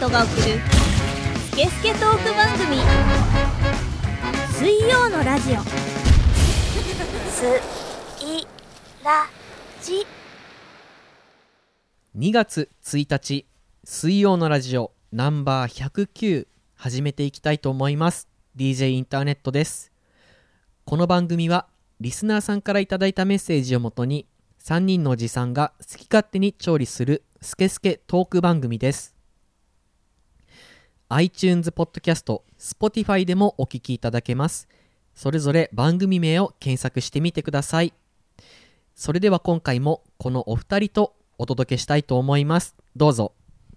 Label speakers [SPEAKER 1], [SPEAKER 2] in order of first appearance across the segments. [SPEAKER 1] トが送るスケスケトーク番組水曜のラジオ
[SPEAKER 2] いらじ
[SPEAKER 3] 2月1日水曜のラジオナンバー109始めていきたいと思います DJ インターネットですこの番組はリスナーさんからいただいたメッセージをもとに3人のおじさんが好き勝手に調理するスケスケトーク番組です iTunes ポッドキャスト Spotify でもお聞きいただけますそれぞれ番組名を検索してみてくださいそれでは今回もこのお二人とお届けしたいと思いますどうぞ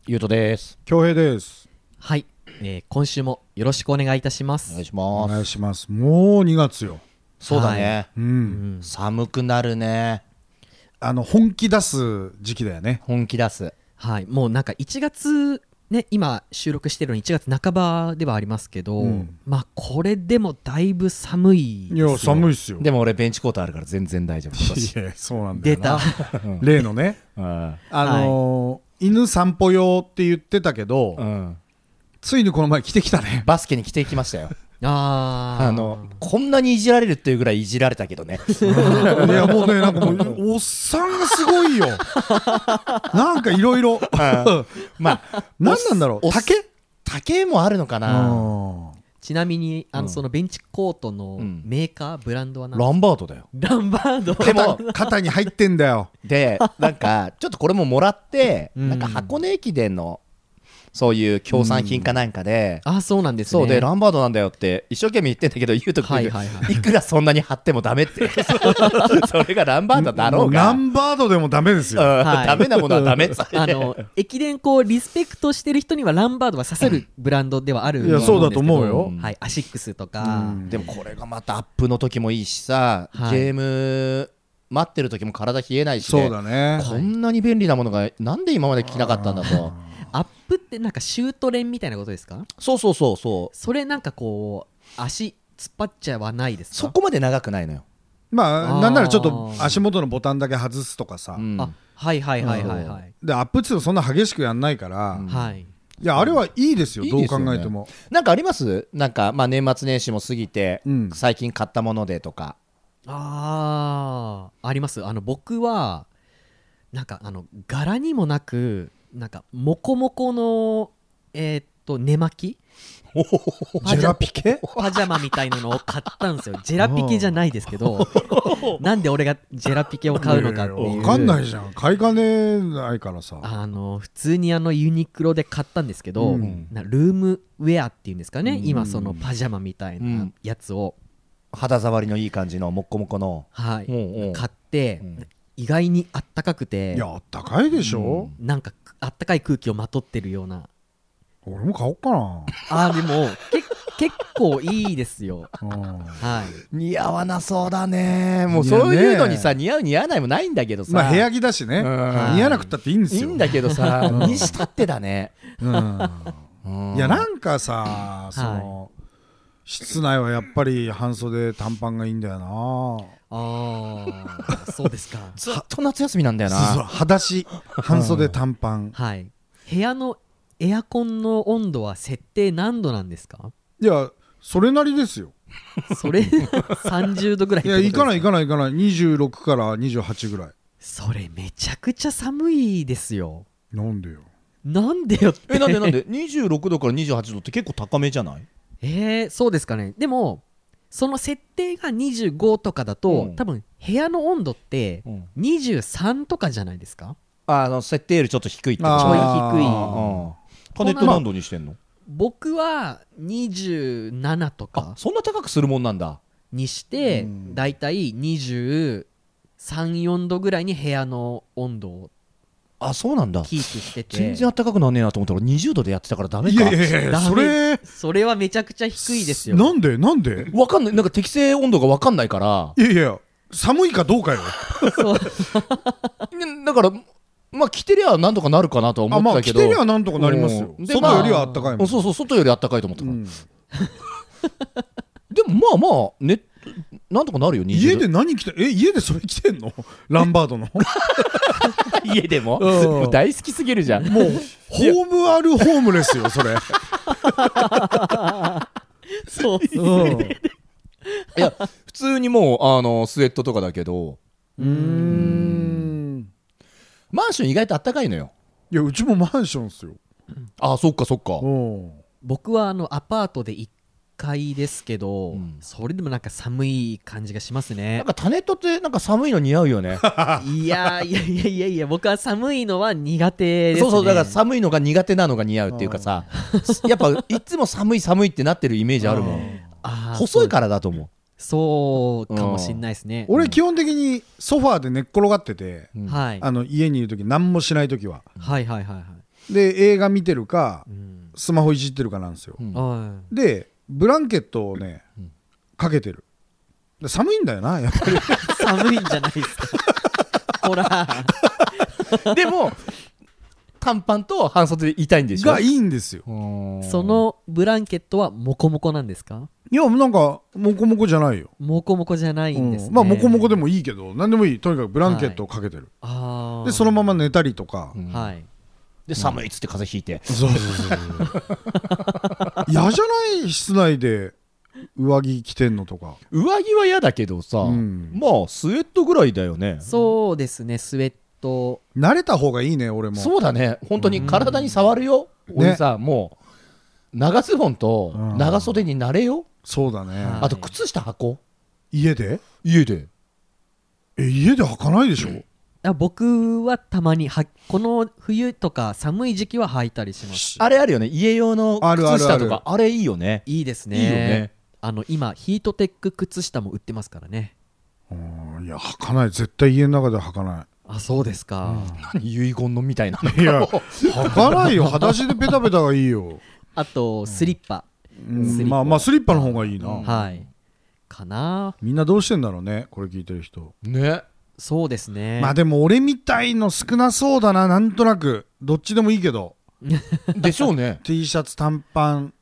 [SPEAKER 4] ゆうとです。
[SPEAKER 5] 恭平です
[SPEAKER 3] はい、えー今週もよろしくお願いいたしま
[SPEAKER 4] お
[SPEAKER 3] す
[SPEAKER 4] 願いし
[SPEAKER 5] お
[SPEAKER 4] ま
[SPEAKER 5] 願い
[SPEAKER 4] す。
[SPEAKER 5] しますもう2月よ
[SPEAKER 4] そうだね、
[SPEAKER 5] う
[SPEAKER 3] うんん、
[SPEAKER 4] 寒くなるね。
[SPEAKER 5] あの本気出す時期だよね
[SPEAKER 4] 本気出す。
[SPEAKER 3] はいもうなんか1月ね今収録してるのに1月半ばではありますけど、
[SPEAKER 5] うん
[SPEAKER 3] まあこれでもだいぶ寒い
[SPEAKER 5] いや寒い
[SPEAKER 3] い
[SPEAKER 5] っすよ
[SPEAKER 4] でも俺ベンチコートあるから全然大丈夫。今年
[SPEAKER 5] いやそうなんだ
[SPEAKER 3] 出
[SPEAKER 5] よな
[SPEAKER 3] た
[SPEAKER 5] 例のね
[SPEAKER 4] うん。
[SPEAKER 5] あのー犬散歩用って言ってたけど、
[SPEAKER 4] うん。
[SPEAKER 5] ついにこの前来てきた ね
[SPEAKER 4] バスケに着てきましたよ。
[SPEAKER 3] あー
[SPEAKER 4] あの、こんなにいじられるっていうぐらいいじられたけどね。
[SPEAKER 5] いやもうねなんかもうおっさんがすご いよなんかいろいろ
[SPEAKER 4] まあ、
[SPEAKER 5] 何なんだろう
[SPEAKER 4] 竹竹もあるのかな
[SPEAKER 5] あ
[SPEAKER 3] ちなみにあの、
[SPEAKER 4] うん
[SPEAKER 3] そのベンチコートの
[SPEAKER 4] うん
[SPEAKER 3] メーカー、ブランドは何
[SPEAKER 4] ランバートだよ。
[SPEAKER 3] ランバード
[SPEAKER 4] でも、
[SPEAKER 5] 肩に入ってんだよ
[SPEAKER 4] で、なんか、ちょっとこれももらって、
[SPEAKER 3] うん
[SPEAKER 4] なんか箱根駅伝の、そういう協賛品かなんかで、
[SPEAKER 3] あそうなんですね
[SPEAKER 4] そうで、ランバードなんだよって一生懸命言ってんだけど、言うとく
[SPEAKER 3] は
[SPEAKER 4] んが
[SPEAKER 3] いはいはい
[SPEAKER 4] くらそんなに貼ってもダ メって。それがランバードだろ
[SPEAKER 5] も
[SPEAKER 4] う
[SPEAKER 5] う
[SPEAKER 4] が。
[SPEAKER 5] ナ
[SPEAKER 4] うん
[SPEAKER 5] ンバードでもダメですよ、
[SPEAKER 3] はい
[SPEAKER 4] ダメなものはダメって。
[SPEAKER 3] あ の駅伝こうリスペクトしてる人にはランバードは刺さるブランドではある
[SPEAKER 5] いやそうだと思うよ
[SPEAKER 3] んですけどはい、アシックスとか、
[SPEAKER 5] うん
[SPEAKER 4] でもこれがまたアップの時もいいしさ、
[SPEAKER 3] はい
[SPEAKER 4] ゲーム待ってる時も体冷えないしね、
[SPEAKER 5] そうだね
[SPEAKER 4] こんなに便利なものがなんで今まで聞きなかったんだと。
[SPEAKER 3] アップってなんかシュート練みたいなことですか
[SPEAKER 4] そうそうそうそう。
[SPEAKER 3] それなんかこう足突っ張っちゃわないですか
[SPEAKER 4] そこまで長くないのよ。
[SPEAKER 5] ま
[SPEAKER 3] あー
[SPEAKER 5] あなんならちょっと足元のボタンだけ外すとかさ、
[SPEAKER 4] うん
[SPEAKER 3] あはいはいはいはいはい、
[SPEAKER 5] でアップってそんな激しくやんないから、
[SPEAKER 4] うん
[SPEAKER 5] い
[SPEAKER 3] はい
[SPEAKER 5] やあれはいいですよ
[SPEAKER 4] いい
[SPEAKER 5] ど
[SPEAKER 4] で
[SPEAKER 5] う
[SPEAKER 4] すよね
[SPEAKER 5] 考えても
[SPEAKER 4] なんかありますなんか、まあ、年末年始も過ぎて、
[SPEAKER 5] うん
[SPEAKER 4] 最近買ったものでとか。
[SPEAKER 3] あーありますあの僕はなんかあの柄にもなくなんかモコモコのえーっと寝巻き
[SPEAKER 5] ジェラピケ
[SPEAKER 3] パジャマみたいなのを買ったんですよジェラピケじゃないですけどなんで俺がジェラピケを買うのかっていう
[SPEAKER 5] 分かんないじゃん買いかねないからさ
[SPEAKER 3] あの普通にあのユニクロで買ったんですけど、
[SPEAKER 5] うん
[SPEAKER 3] なルームウェアっていうんですかね、
[SPEAKER 4] うん
[SPEAKER 3] 今そのパジャマみたいなやつを、
[SPEAKER 4] 肌触りのいい感じのもっこもこの、
[SPEAKER 3] はい
[SPEAKER 4] うんうん
[SPEAKER 3] 買って、
[SPEAKER 4] うん
[SPEAKER 3] 意外にあったかくて
[SPEAKER 5] いやあったかいでしょ、
[SPEAKER 3] なんかあったかい空気をまとってるような
[SPEAKER 5] 俺も買おうか な
[SPEAKER 3] あーで もけ結構いいですよ
[SPEAKER 5] うん
[SPEAKER 3] はい
[SPEAKER 4] 似合わなそうだねもう
[SPEAKER 5] いやね
[SPEAKER 4] そういうのにさ似合う似合わないもないんだけどさ、
[SPEAKER 5] まあ部屋着だしね、
[SPEAKER 4] うん
[SPEAKER 5] 似合わなくったっていいんで
[SPEAKER 4] い
[SPEAKER 5] す
[SPEAKER 4] い
[SPEAKER 5] よ
[SPEAKER 4] んだけどさ
[SPEAKER 5] うん
[SPEAKER 4] にしたってだね、
[SPEAKER 5] うん
[SPEAKER 4] うん
[SPEAKER 5] いやなんかさ、その室内はやっぱり半袖短パンがいいんだよな
[SPEAKER 3] ああそうですか
[SPEAKER 4] ずっと夏休みなんだよ
[SPEAKER 5] そうそう
[SPEAKER 4] な
[SPEAKER 5] 裸足半袖短パン、
[SPEAKER 3] はい部屋のエアコンの温度は設定何度なんです か
[SPEAKER 5] いやそれなりです よ
[SPEAKER 3] それ30度ぐらいっ
[SPEAKER 5] い
[SPEAKER 3] てこ
[SPEAKER 5] や
[SPEAKER 3] とで
[SPEAKER 5] 行
[SPEAKER 3] すか
[SPEAKER 5] かない行かない行かない26から28ぐらい
[SPEAKER 3] それめちゃくちゃ寒いですよ
[SPEAKER 5] なんでよ
[SPEAKER 3] なんでよって
[SPEAKER 4] えなんでなんで26度から28度って結構高めじゃない
[SPEAKER 3] えー、そうですかねでもその設定が25とかだと、
[SPEAKER 4] うん
[SPEAKER 3] 多分部屋の温度って
[SPEAKER 4] うん
[SPEAKER 3] 23とかじゃないですか
[SPEAKER 4] あの設定よりちょっと低いってこと
[SPEAKER 3] ちょい
[SPEAKER 4] うん
[SPEAKER 5] あー
[SPEAKER 3] 低い
[SPEAKER 4] 金って何度にしてんの
[SPEAKER 3] 僕は27と
[SPEAKER 4] あ
[SPEAKER 3] か
[SPEAKER 4] そんな高くするもんなんだ
[SPEAKER 3] にして
[SPEAKER 5] うん
[SPEAKER 3] だいたい234度ぐらいに部屋の温度を
[SPEAKER 4] あそうなんだ
[SPEAKER 3] キープしてて
[SPEAKER 4] 全然暖かくなんねえなと思ったら20度でやってたからダメ
[SPEAKER 5] い
[SPEAKER 4] か
[SPEAKER 5] やいやいや
[SPEAKER 3] ダメ
[SPEAKER 5] それ
[SPEAKER 3] それはめちゃくちゃ低いですよ
[SPEAKER 5] なんでなんで
[SPEAKER 4] わかんないなんか適正温度がわかんないから
[SPEAKER 5] いやいや寒いかどうかよ
[SPEAKER 3] そう
[SPEAKER 4] ねだから、まあ、着てりゃなんとかなるかなとは
[SPEAKER 5] あ
[SPEAKER 4] 思っ
[SPEAKER 5] ま
[SPEAKER 4] て
[SPEAKER 5] あ
[SPEAKER 4] たけ
[SPEAKER 5] 着
[SPEAKER 4] ど、
[SPEAKER 5] てりゃなんとかなりますよ
[SPEAKER 4] うんで
[SPEAKER 5] 外よりはあったかいも
[SPEAKER 4] うん
[SPEAKER 5] ん
[SPEAKER 4] そうそう、外よりあったかいと思った
[SPEAKER 5] う
[SPEAKER 4] から、
[SPEAKER 5] ん
[SPEAKER 4] でもまあまあ、ね、なんとかなるよ20
[SPEAKER 5] 家で何着てえ家でそれ着てんのランバードのも
[SPEAKER 4] 家でも
[SPEAKER 5] うん
[SPEAKER 4] もう大好きすぎるじゃん
[SPEAKER 5] うホームあるホームレスよそれ
[SPEAKER 3] そう。
[SPEAKER 5] う
[SPEAKER 4] いや普通にもうあのスウェットとかだけど
[SPEAKER 5] ん
[SPEAKER 4] マンション意外とあったかいのよ
[SPEAKER 5] いやうちもマンションっすよ
[SPEAKER 4] あそっかそっか
[SPEAKER 5] うん
[SPEAKER 3] 僕はあのアパートで1階ですけど、
[SPEAKER 4] うん
[SPEAKER 3] それでもなんか寒い感じがします
[SPEAKER 4] な
[SPEAKER 3] ね
[SPEAKER 4] ん。かタネットってなんか寒いの似合うよ ね
[SPEAKER 3] いやーいやいやいやいや、僕は寒いのは苦手です、
[SPEAKER 4] そ
[SPEAKER 3] ね。
[SPEAKER 4] うそうだから寒いのが苦手なのが似合うっていうかさやっぱいつも寒い寒いってなってるイメージあるも
[SPEAKER 5] うん
[SPEAKER 3] あー
[SPEAKER 4] 細いからだと思
[SPEAKER 3] そうそうかもしんないですね。
[SPEAKER 5] 俺基本的にソファーで寝っ転がってて
[SPEAKER 4] う、うん
[SPEAKER 3] はい、
[SPEAKER 5] あの家にいる時何もしない時は
[SPEAKER 3] はいはいはいはい。
[SPEAKER 5] で映画見てるか
[SPEAKER 3] うん
[SPEAKER 5] スマホいじってるかなんですよ
[SPEAKER 4] うん
[SPEAKER 3] は
[SPEAKER 5] でブランケットをね
[SPEAKER 4] うん
[SPEAKER 5] かけてるで寒いんだよなやっぱり
[SPEAKER 3] い寒いんじゃないですか。ほら、
[SPEAKER 4] でも短パンと半袖でいたいんでしょ
[SPEAKER 5] がいいんですよ
[SPEAKER 4] うん
[SPEAKER 3] そのブランケットはモコモコなんですか
[SPEAKER 5] いやなんかモコモコじゃないよ
[SPEAKER 3] モコモコじゃないんです、ね
[SPEAKER 5] うんまあモコモコで
[SPEAKER 3] も。
[SPEAKER 5] もいいけど何でもいいとにかくブランケットをかけてる、
[SPEAKER 3] あー
[SPEAKER 5] でそのまま寝たりとか、
[SPEAKER 4] うん
[SPEAKER 3] はい。
[SPEAKER 4] で寒いっつって風邪ひいて
[SPEAKER 5] そうそうそうそう嫌じゃない室内で上着着てんのとか
[SPEAKER 4] 上着は嫌だけどさ
[SPEAKER 5] うん
[SPEAKER 4] まあスウェットぐらいだよね
[SPEAKER 3] そうですね、スウェット。
[SPEAKER 5] 慣れた方がいいね俺も
[SPEAKER 4] そうだね本当に体に触るよ
[SPEAKER 5] うん
[SPEAKER 4] 俺さもう長ズボンと
[SPEAKER 5] うん
[SPEAKER 4] 長袖になれよ
[SPEAKER 5] そうだね、
[SPEAKER 3] はい
[SPEAKER 4] あと靴下履こ
[SPEAKER 5] 家で
[SPEAKER 4] う家で
[SPEAKER 5] え家で履かないでしょ、
[SPEAKER 3] あ僕はたまにはこの冬とか寒い時期は履いたりします
[SPEAKER 4] あれあるよね家用の
[SPEAKER 5] あるあるある
[SPEAKER 4] 靴下とかあれいいよね
[SPEAKER 3] いいですね
[SPEAKER 4] いいよね
[SPEAKER 3] あの今ヒートテック靴下も売ってますからね
[SPEAKER 5] うんいや履かない絶対家の中では履かな
[SPEAKER 3] あそうですか、
[SPEAKER 4] 何遺言のみたいなの
[SPEAKER 5] いいや履かないよ裸足でペタペタがいいよ、
[SPEAKER 3] あとスリッパ、
[SPEAKER 5] うん
[SPEAKER 3] スリッパ
[SPEAKER 5] まあまあスリッパの方がいいな、
[SPEAKER 4] うん
[SPEAKER 3] はいかな
[SPEAKER 5] みんなどうしてんだろうねこれ聞いてる人、
[SPEAKER 4] ね
[SPEAKER 3] そうですね
[SPEAKER 5] まあでも俺みたいの少なそうだななんとなくどっちでもいいけど
[SPEAKER 4] でしょう ね
[SPEAKER 5] T シャツ短パン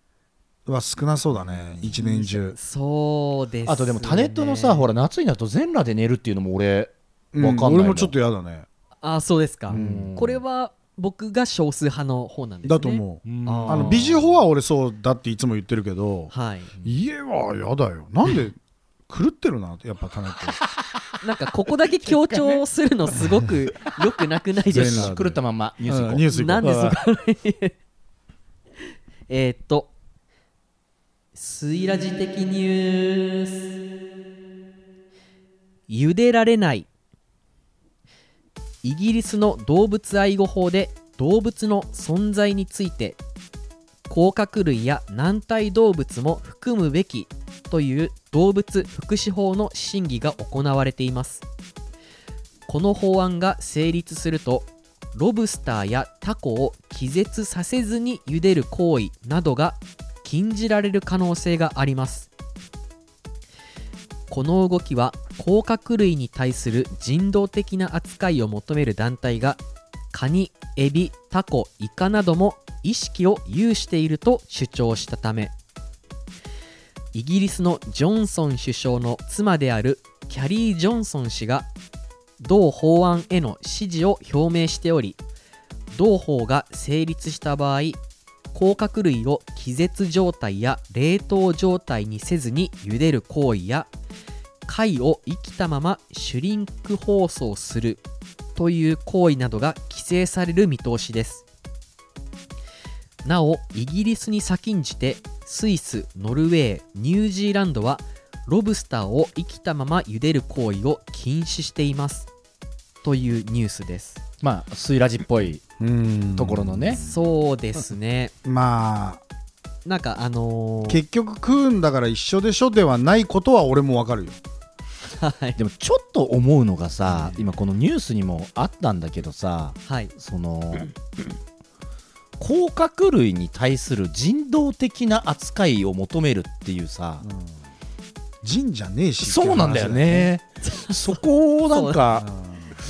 [SPEAKER 5] は少なそうだね一年中
[SPEAKER 3] そうですね
[SPEAKER 4] あとでもタネットのさほら夏になると全裸で寝るっていうのも俺
[SPEAKER 5] うん
[SPEAKER 4] わかんないもん
[SPEAKER 5] 俺もちょっと嫌だね
[SPEAKER 3] あそうですか、
[SPEAKER 4] ん
[SPEAKER 3] これは僕が少数派の方なんですね
[SPEAKER 5] だと思う
[SPEAKER 4] うん
[SPEAKER 5] あの美人法は俺そうだっていつも言ってるけど
[SPEAKER 3] はい
[SPEAKER 5] 家は嫌だよなんで狂ってるなやっぱタネット
[SPEAKER 3] なんかここだけ強調するのすごく良くなくないですか
[SPEAKER 5] 全裸
[SPEAKER 4] 狂ったまんま ニュース行
[SPEAKER 5] う
[SPEAKER 4] こ
[SPEAKER 5] ん
[SPEAKER 4] う
[SPEAKER 5] ニュース行こう
[SPEAKER 3] なんでそこに えーっとスイラジ的ニュース茹でられないイギリスの動物愛護法で動物の存在について甲殻類や軟体動物も含むべきという動物福祉法の審議が行われていますこの法案が成立するとロブスターやタコを気絶させずに茹でる行為などが禁じられる可能性がありますこの動きは甲殻類に対する人道的な扱いを求める団体がカニエビタコイカなども意識を有していると主張したためイギリスのジョンソン首相の妻であるキャリー・ジョンソン氏が同法案への支持を表明しており同法が成立した場合甲殻類を気絶状態や冷凍状態にせずに茹でる行為や貝を生きたままシュリンク包装するという行為などが規制される見通しですなおイギリスに先んじてスイスノルウェーニュージーランドはロブスターを生きたまま茹でる行為を禁止していますというニュースです
[SPEAKER 4] まあスイラジっぽいところのね
[SPEAKER 3] そうですね
[SPEAKER 5] まあ
[SPEAKER 3] なんかあのー
[SPEAKER 5] 結局食うんだから一緒でしょではないことは俺もわかるよ
[SPEAKER 3] はい
[SPEAKER 4] でもちょっと思うのがさ今このニュースにもあったんだけどさ
[SPEAKER 3] はい
[SPEAKER 4] その甲殻類に対する人道的な扱いを求めるっていうさ
[SPEAKER 5] 人じゃねえし
[SPEAKER 4] そうなんだよねそこをなん
[SPEAKER 5] う
[SPEAKER 4] か
[SPEAKER 5] ん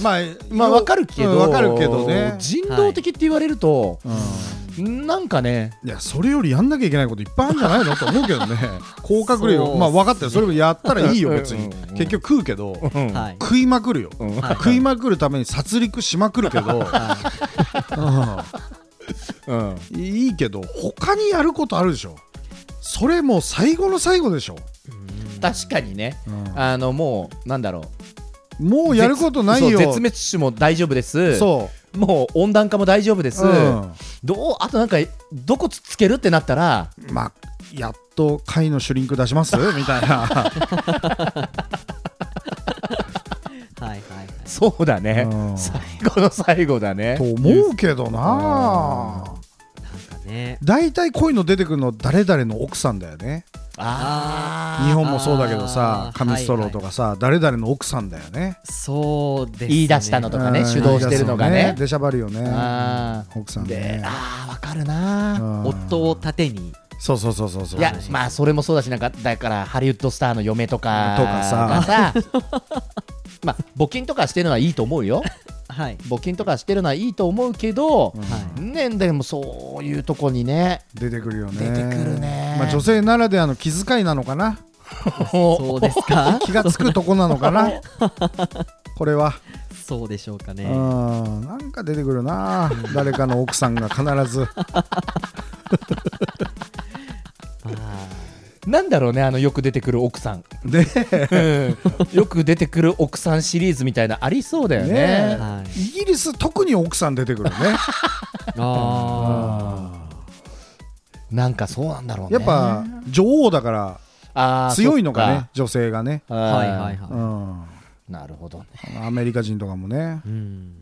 [SPEAKER 5] まあ
[SPEAKER 4] まあわかるけど
[SPEAKER 5] わかるけどね
[SPEAKER 4] 人道的って言われると
[SPEAKER 5] うん
[SPEAKER 4] なんかね
[SPEAKER 5] いやそれよりやんなきゃいけないこといっぱいあるんじゃないのと思うけどね 甲殻類
[SPEAKER 3] そうっす
[SPEAKER 5] を
[SPEAKER 3] ね
[SPEAKER 5] まあ分かってるそれもやったらいいよ別
[SPEAKER 4] う
[SPEAKER 5] に
[SPEAKER 4] んうんうん
[SPEAKER 5] 結局食うけど
[SPEAKER 4] うん
[SPEAKER 3] はい
[SPEAKER 5] 食いまくるよ
[SPEAKER 4] うん
[SPEAKER 3] はい
[SPEAKER 5] 食いまくるために殺戮しまくるけど
[SPEAKER 4] うん
[SPEAKER 5] うんいいけど他にやることあるでしょそれもう最後の最後でしょ
[SPEAKER 4] 確かにね
[SPEAKER 5] うん
[SPEAKER 4] あのもうなんだろ
[SPEAKER 5] も
[SPEAKER 4] う
[SPEAKER 5] うやることないよ
[SPEAKER 4] そう絶滅種も大丈夫です
[SPEAKER 5] そう
[SPEAKER 4] もう温暖化も大丈夫です、
[SPEAKER 5] うん
[SPEAKER 4] どうあとなんかどこつつけるってなったら
[SPEAKER 5] まあやっと貝のシュリンク出しますみたい な、
[SPEAKER 3] はいはいはい
[SPEAKER 4] そうだね、
[SPEAKER 5] うん
[SPEAKER 4] 最後の最後だね
[SPEAKER 5] と思うけど
[SPEAKER 3] な
[SPEAKER 5] な
[SPEAKER 3] んかね
[SPEAKER 5] 大体こういうの出てくるの誰々の奥さんだよね
[SPEAKER 4] あ
[SPEAKER 5] 日本もそうだけどさ
[SPEAKER 3] あー
[SPEAKER 5] 紙ストローとかさ、誰々の奥さんだよね
[SPEAKER 3] そうですね
[SPEAKER 4] 言い出したのとかね
[SPEAKER 5] うん
[SPEAKER 4] 主導してるのがね
[SPEAKER 5] 出しゃばるよね
[SPEAKER 4] あー
[SPEAKER 5] 奥さん
[SPEAKER 4] で
[SPEAKER 5] ね
[SPEAKER 4] あーわかるな
[SPEAKER 5] うん
[SPEAKER 3] 夫を盾に
[SPEAKER 5] そうそうそうそうそう
[SPEAKER 4] い
[SPEAKER 5] い
[SPEAKER 4] やまあそれもそうだしなんかだからハリウッドスターの嫁とか
[SPEAKER 5] とかさ
[SPEAKER 4] がさ まあ募金とかしてるのはいいと思う よ
[SPEAKER 3] はい
[SPEAKER 4] 募金とかしてるのはいいと思うけど、
[SPEAKER 3] はい
[SPEAKER 4] ねでもそういうとこにね
[SPEAKER 5] 出てくるよね
[SPEAKER 4] 出てくるね
[SPEAKER 5] まあ、女性ならではの気遣いなのかな
[SPEAKER 3] そうですか
[SPEAKER 5] 気がつくとこなの かなこれは、
[SPEAKER 3] そうでしょうかね
[SPEAKER 5] うんなんか出てくるな誰かの奥さんが必ず
[SPEAKER 3] あ
[SPEAKER 4] なんだろうねあのよく出てくる奥さん
[SPEAKER 5] で
[SPEAKER 4] よく出てくる奥さんシリーズみたいなありそうだよね
[SPEAKER 3] ー
[SPEAKER 5] ね
[SPEAKER 3] はい
[SPEAKER 5] イギリス特に奥さん出てくるね
[SPEAKER 3] あ
[SPEAKER 4] なんかそうなんだろうね
[SPEAKER 5] やっぱ女王だから
[SPEAKER 4] あー
[SPEAKER 5] 強いのか
[SPEAKER 4] そっ
[SPEAKER 5] ね女性がね、
[SPEAKER 4] あ
[SPEAKER 3] あ
[SPEAKER 4] ー
[SPEAKER 3] はいはいは
[SPEAKER 5] う
[SPEAKER 3] い
[SPEAKER 5] ん、
[SPEAKER 4] なるほどね
[SPEAKER 5] アメリカ人とかもね
[SPEAKER 3] うん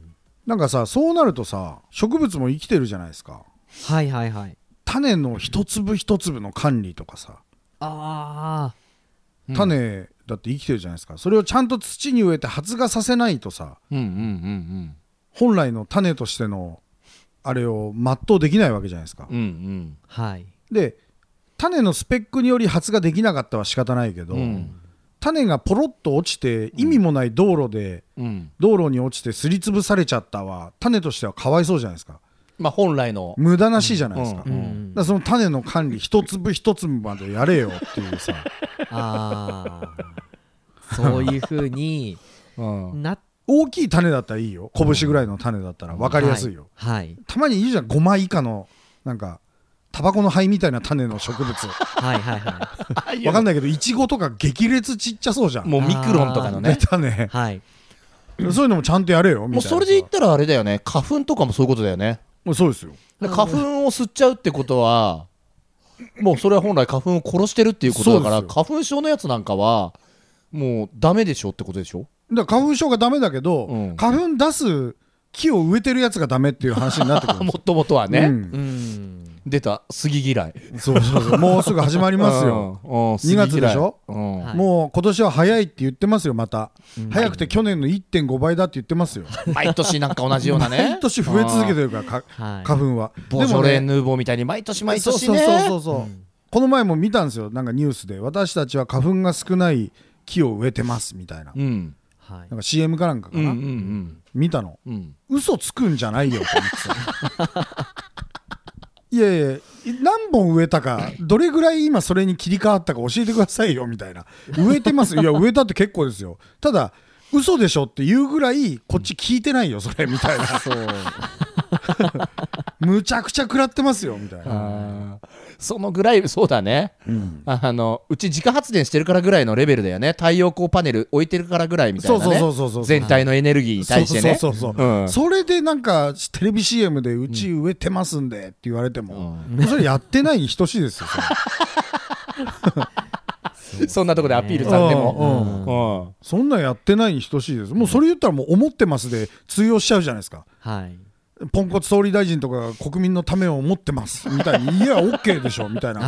[SPEAKER 5] なんかさそうなるとさ植物も生きてるじゃないですか
[SPEAKER 3] はいはいはい
[SPEAKER 5] 種の一粒一粒の管理とかさ
[SPEAKER 3] あ
[SPEAKER 4] うん
[SPEAKER 5] 種だって生きてるじゃないですかそれをちゃんと土に植えて発芽させないとさ
[SPEAKER 4] うんうんうん
[SPEAKER 5] 本来の種としてのあれを全うできないわけじゃないですか
[SPEAKER 4] うんうんうん
[SPEAKER 3] あはい
[SPEAKER 5] で種のスペックにより発芽できなかったは仕方ないけど、
[SPEAKER 4] うん
[SPEAKER 5] 種がポロッと落ちて意味もない道路で
[SPEAKER 4] うん
[SPEAKER 5] 道路に落ちてすりつぶされちゃったは種としてはかわいそうじゃないですか
[SPEAKER 4] まあ本来の
[SPEAKER 5] 無駄なしじゃないですか,、
[SPEAKER 4] う
[SPEAKER 3] うんん
[SPEAKER 5] だからその種の管理一粒一粒までやれよっていうさ
[SPEAKER 3] ああそういうふうに
[SPEAKER 4] うん
[SPEAKER 3] なっ
[SPEAKER 5] 大きい種だったらいいよ拳ぐらいの種だったら分かりやすいよ、
[SPEAKER 3] はい
[SPEAKER 5] たまにいいじゃん5枚以下のなんかタバコの灰みたいな種 の植物
[SPEAKER 3] はいはいは
[SPEAKER 5] わか
[SPEAKER 4] な
[SPEAKER 5] んないけどイチゴとか激烈ちっちゃそうじゃん
[SPEAKER 4] もうミクロンとかの
[SPEAKER 5] ね
[SPEAKER 4] ね
[SPEAKER 5] 種
[SPEAKER 3] いはい
[SPEAKER 5] そういうのもちゃんとやれよみたい
[SPEAKER 4] もう
[SPEAKER 5] な
[SPEAKER 4] それで言ったらあれだよね花粉とかもそういうことだよね
[SPEAKER 5] もうそうですよ
[SPEAKER 4] で花粉を吸っちゃうってことはもうそれは本来花粉を殺してるっていうことだか
[SPEAKER 5] そ
[SPEAKER 4] ら
[SPEAKER 5] うです
[SPEAKER 4] 花粉症のやつなんかはもうダメでしょってことでしょ
[SPEAKER 5] だから花粉症がダメだけど、
[SPEAKER 4] うん
[SPEAKER 5] 花粉出す木を植えてるやつがダメっていう話になってくるん
[SPEAKER 4] も
[SPEAKER 5] ですよ
[SPEAKER 4] ともとはね、
[SPEAKER 5] うん
[SPEAKER 3] うん
[SPEAKER 4] 出た杉嫌い
[SPEAKER 5] そうそ うそうもうすぐ始まりますよ、
[SPEAKER 4] うんうん杉
[SPEAKER 5] 2月でしょ
[SPEAKER 4] 嫌いうん
[SPEAKER 3] はい
[SPEAKER 5] もう今年は早いって言ってますよまた、
[SPEAKER 3] うん
[SPEAKER 5] 早くて去年の1.5倍だって言ってま すよ
[SPEAKER 4] 毎年なんか同じようなね
[SPEAKER 5] 毎年増え続けてるからか
[SPEAKER 3] はい
[SPEAKER 5] 花粉は、
[SPEAKER 4] ボジョレ・ヌーボーみたいに毎年毎
[SPEAKER 5] そう
[SPEAKER 4] 年
[SPEAKER 5] そう
[SPEAKER 4] ね
[SPEAKER 5] そうそうそう、
[SPEAKER 3] ん
[SPEAKER 5] この前も見たんですよなんかニュースで私たちは花粉が少ない木を植えてますみたいな,、
[SPEAKER 4] うん
[SPEAKER 3] はい
[SPEAKER 5] なんか CM かなんかか
[SPEAKER 4] うんうん
[SPEAKER 5] な、
[SPEAKER 4] うん
[SPEAKER 5] 見たの
[SPEAKER 4] うん
[SPEAKER 5] 嘘つくんじゃないよと思ってた いやいや何本植えたかどれぐらい今それに切り替わったか教えてくださいよみたいな植えてますいや植えたって結構ですよただ嘘でしょっていうぐらいこっち聞いてないよそれみたいな
[SPEAKER 4] そう
[SPEAKER 5] むちゃくちゃ食らってますよみたいな、
[SPEAKER 4] あーそのぐらいそうだね
[SPEAKER 5] うん
[SPEAKER 4] あのうち自家発電してるからぐらいのレベルだよね太陽光パネル置いてるからぐらいみた
[SPEAKER 5] そ
[SPEAKER 4] いうな
[SPEAKER 5] そう
[SPEAKER 4] ね
[SPEAKER 5] そうそうそう
[SPEAKER 4] 全体のエネルギーに対してね
[SPEAKER 5] そうそうそうそう、
[SPEAKER 4] うん
[SPEAKER 5] それでなんかテレビ CM でうち植えてますんでって言われても、それやってないに等しいですよそれ
[SPEAKER 4] そんなと こでアピールされて
[SPEAKER 5] うん
[SPEAKER 4] も
[SPEAKER 5] そんなんやってないに等しいですもうそれ言ったらもう思ってますで通用しちゃうじゃないですか
[SPEAKER 3] はい
[SPEAKER 5] ポンコツ総理大臣とかが国民のためを思ってますみたいにいや OK でしょみたいな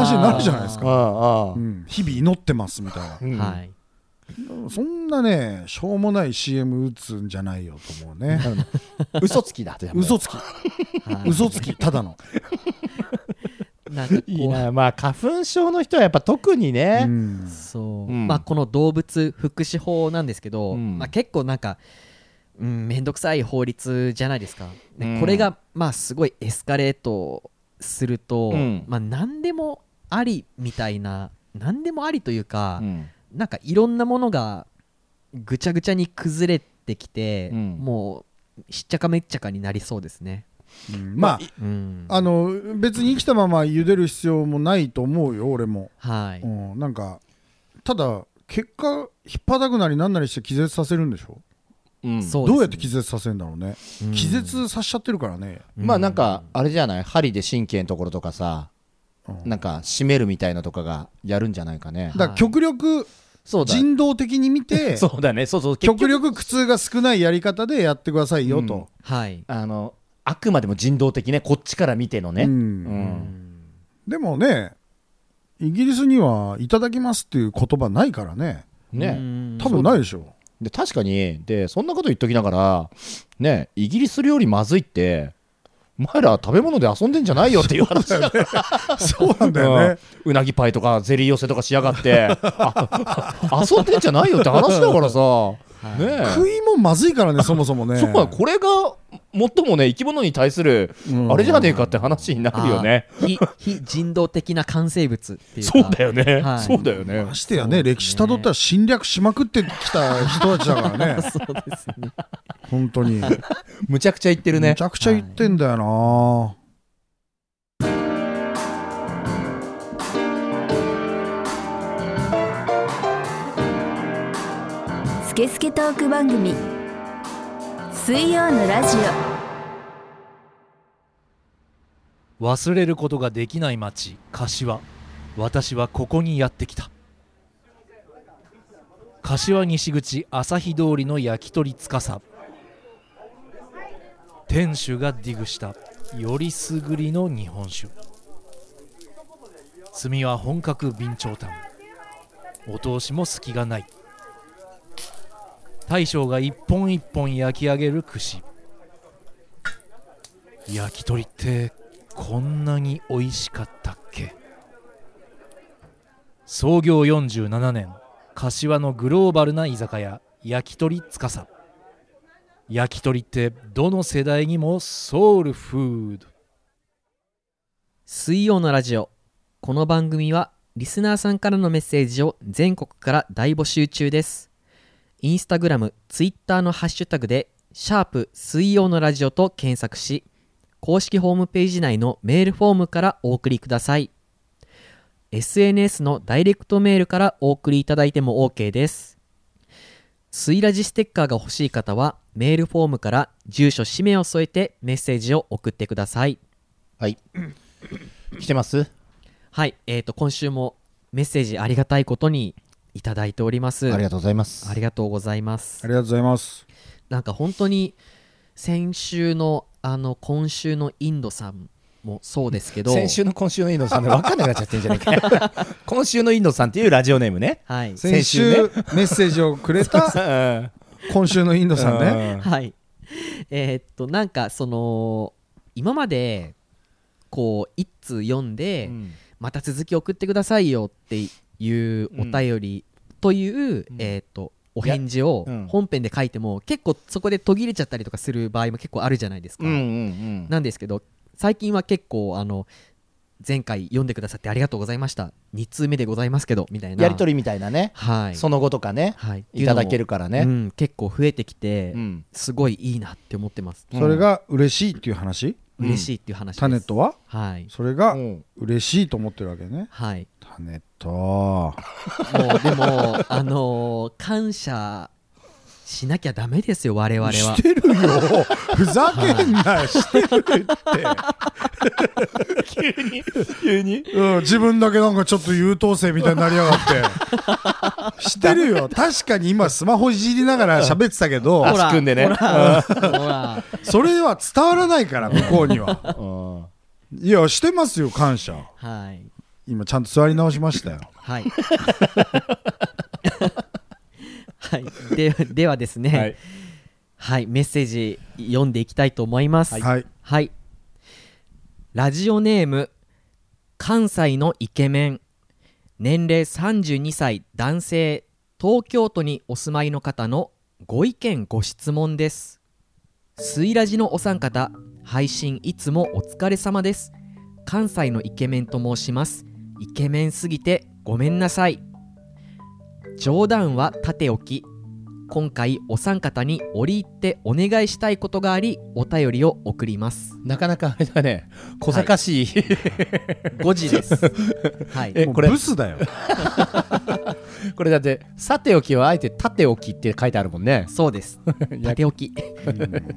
[SPEAKER 3] あー
[SPEAKER 5] 話になるじゃないです
[SPEAKER 4] う
[SPEAKER 5] か、
[SPEAKER 4] んう
[SPEAKER 5] うんん、日々祈ってますみたいな
[SPEAKER 4] うん
[SPEAKER 3] はい
[SPEAKER 5] そんなねしょうもない CM 打つんじゃないよと思う ね
[SPEAKER 4] 嘘つきだって
[SPEAKER 5] 嘘つき
[SPEAKER 3] はい
[SPEAKER 5] 嘘つきただの、
[SPEAKER 3] なんかこう
[SPEAKER 4] いいなまあ花粉症の人はやっぱ特に
[SPEAKER 5] う
[SPEAKER 4] ね
[SPEAKER 5] ん
[SPEAKER 3] そう、
[SPEAKER 4] うん
[SPEAKER 3] まあこの動物福祉法なんですけど、
[SPEAKER 4] うん
[SPEAKER 3] まあ、結構なんかうん、めんどくさい法律じゃないですか、ね
[SPEAKER 4] うん
[SPEAKER 3] これがまあすごいエスカレートすると、
[SPEAKER 4] うん
[SPEAKER 3] まあ、何でもありみたいな何でもありというか、
[SPEAKER 4] うん
[SPEAKER 3] なんかいろんなものがぐちゃぐちゃに崩れてきて、
[SPEAKER 4] うん
[SPEAKER 3] もうしっちゃかめっちゃかになりそうですね、
[SPEAKER 5] うんま
[SPEAKER 3] うん、
[SPEAKER 5] ああの別に生きたまま茹でる必要もないと思うよ俺も、
[SPEAKER 3] はい、
[SPEAKER 5] うん、なんかただ結果引っ張くなりなんなりして気絶させるんでしょ
[SPEAKER 4] うん
[SPEAKER 3] そうですね
[SPEAKER 5] どうやって気絶させるんだろうね、
[SPEAKER 3] うん
[SPEAKER 5] 気絶させちゃってるからね
[SPEAKER 3] うん
[SPEAKER 4] まあなんかあれじゃない針で神経のところとかさ
[SPEAKER 5] うん
[SPEAKER 4] なんか締めるみたいなとかがやるんじゃないかね
[SPEAKER 3] い
[SPEAKER 5] だから極力
[SPEAKER 4] そうだ
[SPEAKER 5] 人道的に見て
[SPEAKER 4] そうだねそうそう結局
[SPEAKER 5] 極力苦痛が少ないやり方でやってくださいよと、
[SPEAKER 3] はい、
[SPEAKER 4] あのあくまでも人道的ねこっちから見てのね
[SPEAKER 5] うん
[SPEAKER 4] うん
[SPEAKER 5] でもねイギリスにはいただきますっていう言葉ないからね
[SPEAKER 4] ね
[SPEAKER 5] 多分ないでしょ、
[SPEAKER 4] で確かにでそんなこと言っときながらねイギリス料理まずいってお前ら食べ物で遊んでんじゃないよっていう話だから
[SPEAKER 5] そうなんだよね、
[SPEAKER 4] うんうなぎパイとかゼリー寄せとかしやがってあ遊んでんじゃないよって話だからさ、ねえ
[SPEAKER 5] 食いもんまずいからねそもそもね
[SPEAKER 4] そうだこれが最もね生き物に対する
[SPEAKER 5] うん
[SPEAKER 4] あれじゃねえかって話になるよね、
[SPEAKER 3] あー非非人道的な完成物っていうか
[SPEAKER 4] そうだよね、
[SPEAKER 3] はい
[SPEAKER 4] そうだよね、
[SPEAKER 5] ましてやね歴史たどったら侵略しまくってきた人たちだ からね
[SPEAKER 3] そうですね
[SPEAKER 5] 本当にめ
[SPEAKER 4] むちゃくちゃ言ってるね
[SPEAKER 5] ちゃくちゃ言ってんだよな、
[SPEAKER 1] スケスケトーク番組水曜のラジオ
[SPEAKER 6] 忘れることができない町柏私はここにやってきた柏西口朝日通りの焼き鳥司店主がディグしたよりすぐりの日本酒炭は本格備長炭お通しも隙がない大将が一本一本焼き上げる串焼き鳥ってこんなに美味しかったっけ創業47年柏のグローバルな居酒屋焼き鳥つかさ焼き鳥ってどの世代にもソウルフード
[SPEAKER 3] 水曜のラジオこの番組はリスナーさんからのメッセージを全国から大募集中ですインスタグラムツイッターのハッシュタグで「シャープ水曜のラジオ」と検索し公式ホームページ内のメールフォームからお送りください SNS のダイレクトメールからお送りいただいても OK です水ラジステッカーが欲しい方はメールフォームから住所氏名を添えてメッセージを送ってください
[SPEAKER 4] はい来てます
[SPEAKER 3] はい、えー、と今週もメッセージありがたいことにいただいております。
[SPEAKER 4] ありがとうございます
[SPEAKER 3] ありがとうございま
[SPEAKER 5] あ
[SPEAKER 3] す。
[SPEAKER 5] りがとうございます
[SPEAKER 3] なんか本当に先週のあの今週のインドさんもそうですけど、
[SPEAKER 4] 先週の今週のインドさんで分かんなくなっちゃってんじゃないかよ 今週のインドさんっていうラジオネームね
[SPEAKER 3] はい
[SPEAKER 5] 先
[SPEAKER 4] 先
[SPEAKER 5] 週
[SPEAKER 4] 週ね
[SPEAKER 5] メッセージをく れた
[SPEAKER 4] うん
[SPEAKER 5] 今週のインドさんね
[SPEAKER 3] はい。えーっとなんかその今までこう一通読んで、
[SPEAKER 4] うん
[SPEAKER 3] また続き送ってくださいよっていうお便りという、
[SPEAKER 4] うん
[SPEAKER 3] えーっとお返事を
[SPEAKER 4] いやうん
[SPEAKER 3] 本編で書いても結構そこで途切れちゃったりとかする場合も結構あるじゃないですか、
[SPEAKER 4] うんうん
[SPEAKER 3] なんですけど最近は結構あの前回読んでくださってありがとうございました2通目でございますけどみたい
[SPEAKER 4] うん
[SPEAKER 3] な
[SPEAKER 4] やり取りみたいなね
[SPEAKER 3] はい
[SPEAKER 4] その後とかね
[SPEAKER 3] はい
[SPEAKER 4] いただける
[SPEAKER 3] か
[SPEAKER 4] から
[SPEAKER 3] う
[SPEAKER 4] ね
[SPEAKER 3] ん、結構増えてきて、
[SPEAKER 4] うん
[SPEAKER 3] すごいいいなって思ってます、
[SPEAKER 4] うん
[SPEAKER 5] それが嬉しいっていう話、
[SPEAKER 4] うん
[SPEAKER 3] 嬉しいっていう話です
[SPEAKER 5] タネットは
[SPEAKER 3] はい
[SPEAKER 5] それが
[SPEAKER 4] うん
[SPEAKER 5] 嬉しいと思ってるわけね
[SPEAKER 3] はい
[SPEAKER 5] タネット
[SPEAKER 3] もうでもあのー感謝しなきゃダメですよ我々は
[SPEAKER 5] してるよふざけんなしてる
[SPEAKER 4] 急に
[SPEAKER 5] うん、自分だけなんかちょっと優等生みたいになりやがってしてるよ確かに今スマホいじりながら喋ってたけど
[SPEAKER 4] 足組んでね
[SPEAKER 3] ほらほら
[SPEAKER 5] それは伝わらないから向こうには
[SPEAKER 4] うん
[SPEAKER 5] いやしてますよ感謝
[SPEAKER 3] はい
[SPEAKER 5] 今ちゃんと座り直しましたよ
[SPEAKER 3] はい はいでではですね、
[SPEAKER 4] はい
[SPEAKER 3] はい、メッセージ読んでいきたいと思います。
[SPEAKER 5] はい、
[SPEAKER 3] はい。ラジオネーム、関西のイケメン、年齢32歳男性、東京都にお住まいの方のご意見ご質問ですスイラジのお三方配信いつもお疲れ様です関西のイケメンと申しますイケメンすぎてごめんなさい冗談は縦置き今回お三方に折り入ってお願いしたいことがありお便りを送ります
[SPEAKER 4] なかなかあれだね小賢しい、
[SPEAKER 3] 5時です はい
[SPEAKER 4] え
[SPEAKER 5] もう
[SPEAKER 4] これ
[SPEAKER 5] ブスだよ。
[SPEAKER 4] これだってさておきはあえて立ておきって書いてあるもんね
[SPEAKER 3] そう です縦置き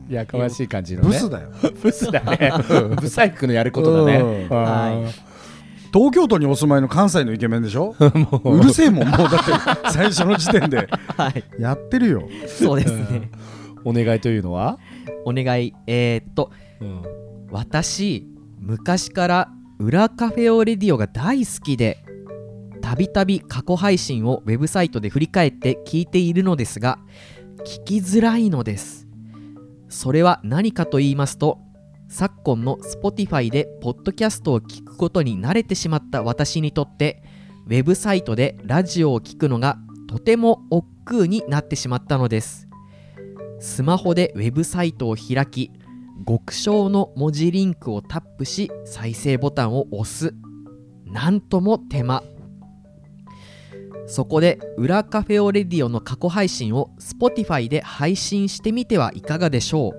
[SPEAKER 4] やかましい感じのね
[SPEAKER 5] ブスだよ。
[SPEAKER 4] ブスだねブサイクのやることだね、
[SPEAKER 5] うん
[SPEAKER 3] は
[SPEAKER 5] 東京都にお住まいの関西のイケメンでしょうるせえもん、もうだって最初の時点で。
[SPEAKER 3] はい
[SPEAKER 5] やってるよ。
[SPEAKER 3] そうですね
[SPEAKER 4] お願いというのは、
[SPEAKER 3] お願いえー、っと私昔から裏カフェオレディオが大好きでたびたび過去配信をウェブサイトで振り返って聞いているのですが聞きづらいのですそれは何かと言いますと昨今の Spotify でポッドキャストを聞くことに慣れてしまった私にとってウェブサイトでラジオを聞くのがとても億劫になってしまったのですスマホでウェブサイトを開き極小の文字リンクをタップし再生ボタンを押すなんとも手間そこで「裏カフェオレディオ」の過去配信を Spotify で配信してみてはいかがでしょう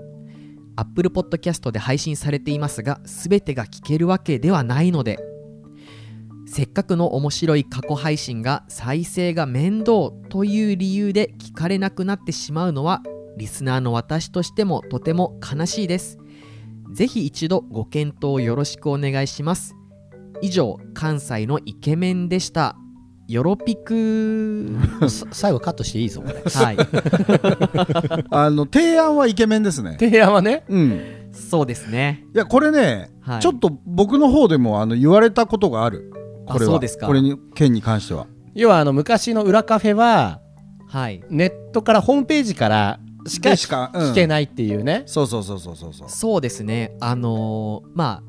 [SPEAKER 3] Apple Podcast で配信されていますが全てが聞けるわけではないのでせっかくの面白い過去配信が再生が面倒という理由で聞かれなくなってしまうのはリスナーの私としてもとても悲しいです。ぜひ一度ご検討よろしくお願いします。以上、関西のイケメンでした。よろぴく
[SPEAKER 4] 最後カットしていいぞこれ
[SPEAKER 3] はい、
[SPEAKER 5] あの、提案はイケメンですね。
[SPEAKER 4] 提案はね
[SPEAKER 5] うん。
[SPEAKER 3] そうですね。
[SPEAKER 5] いや、これね、
[SPEAKER 3] はい
[SPEAKER 5] ちょっと僕の方でもあの言われたことがある。これは
[SPEAKER 3] あそうですか
[SPEAKER 5] これに件に関しては。
[SPEAKER 4] 要はあの昔の裏カフェは
[SPEAKER 3] はい。
[SPEAKER 4] ネットからホームページからしか
[SPEAKER 5] でしかうん
[SPEAKER 4] 聞けないっていうね、
[SPEAKER 5] そうそうそうそうそうそう。
[SPEAKER 3] そうですね。あのーま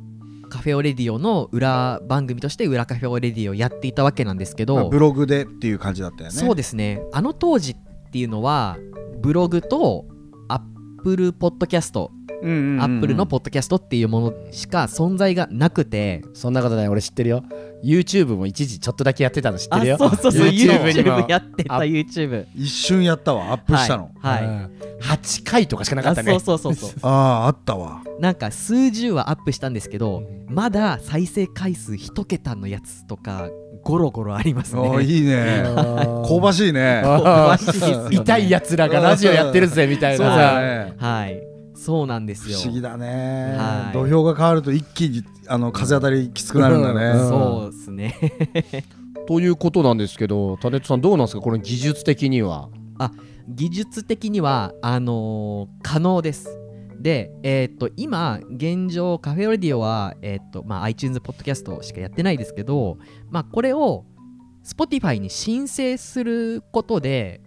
[SPEAKER 3] あ、カフェオレディオの裏番組として裏カフェオレディオをやっていたわけなんですけど、
[SPEAKER 5] まあブログでっていう感じだったよね。
[SPEAKER 3] そうですねあの当時っていうのはブログとアップルポッドキャスト
[SPEAKER 5] うんうんうんうん
[SPEAKER 3] アップルのポッドキャストっていうものしか存在がなくて、
[SPEAKER 4] そんなことない俺知ってるよ YouTube も一時ちょっとだけやってたの知ってるよ
[SPEAKER 3] あそうそうそう
[SPEAKER 4] YouTube にも
[SPEAKER 3] YouTube やってた YouTube
[SPEAKER 5] 一瞬やったわ、アップしたの。
[SPEAKER 3] はい、はい
[SPEAKER 4] 8回とかしかなか
[SPEAKER 3] あ
[SPEAKER 4] ったね
[SPEAKER 3] そうそうそうそう
[SPEAKER 5] ああ、あったわ。
[SPEAKER 3] なんか数十はアップしたんですけどまだ再生回数一桁のやつとかゴロゴロあります
[SPEAKER 5] お ー
[SPEAKER 3] ね
[SPEAKER 5] いいね。香ばしいね。
[SPEAKER 3] 香
[SPEAKER 4] あ
[SPEAKER 3] ばしいっすよ
[SPEAKER 4] ー
[SPEAKER 3] ね
[SPEAKER 4] 痛いやつらがラジオやってるぜみたい
[SPEAKER 5] そ
[SPEAKER 4] な
[SPEAKER 5] う
[SPEAKER 4] さ
[SPEAKER 5] だね。
[SPEAKER 3] はいそうなんです
[SPEAKER 5] 不
[SPEAKER 3] よ
[SPEAKER 5] 思議だね、
[SPEAKER 3] はい
[SPEAKER 5] 土俵が変わると一気にあの風当たりきつくなるんだね、
[SPEAKER 4] うん
[SPEAKER 3] そうですね
[SPEAKER 4] ということなんですけどタネットさんどうなんですかこれ技術的には
[SPEAKER 3] 技術的にはあのー可能です。で、えーっと今現状カフェオレディオは、えーっとまあ、iTunes ポッドキャストしかやってないですけど、まあ、これを Spotify に申請することで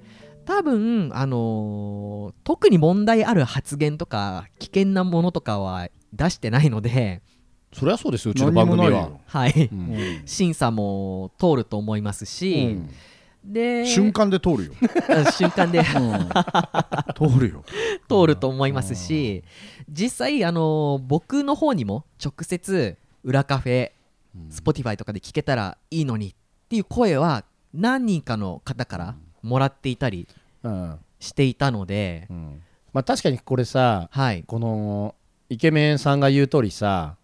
[SPEAKER 3] 多分、あのー特に問題ある発言とか危険なものとかは出してないので、
[SPEAKER 4] そりゃそうですようちの
[SPEAKER 5] 何
[SPEAKER 4] 番
[SPEAKER 5] も
[SPEAKER 4] 組
[SPEAKER 5] ない
[SPEAKER 4] は
[SPEAKER 5] よ、
[SPEAKER 3] はい、
[SPEAKER 4] う
[SPEAKER 5] うんん
[SPEAKER 3] 審査も通ると思いますし、で
[SPEAKER 5] 瞬間で通るよ、
[SPEAKER 3] 間瞬間で
[SPEAKER 5] うん通るよ
[SPEAKER 3] 通ると思いますし実際あの僕の方にも直接裏カフェ Spotify とかで聞けたらいいのにっていう声は何人かの方からもらっていたり
[SPEAKER 4] うん
[SPEAKER 3] していたので
[SPEAKER 4] うんまあ確かにこれさ
[SPEAKER 3] はい
[SPEAKER 4] このイケメンさんが言う通りさ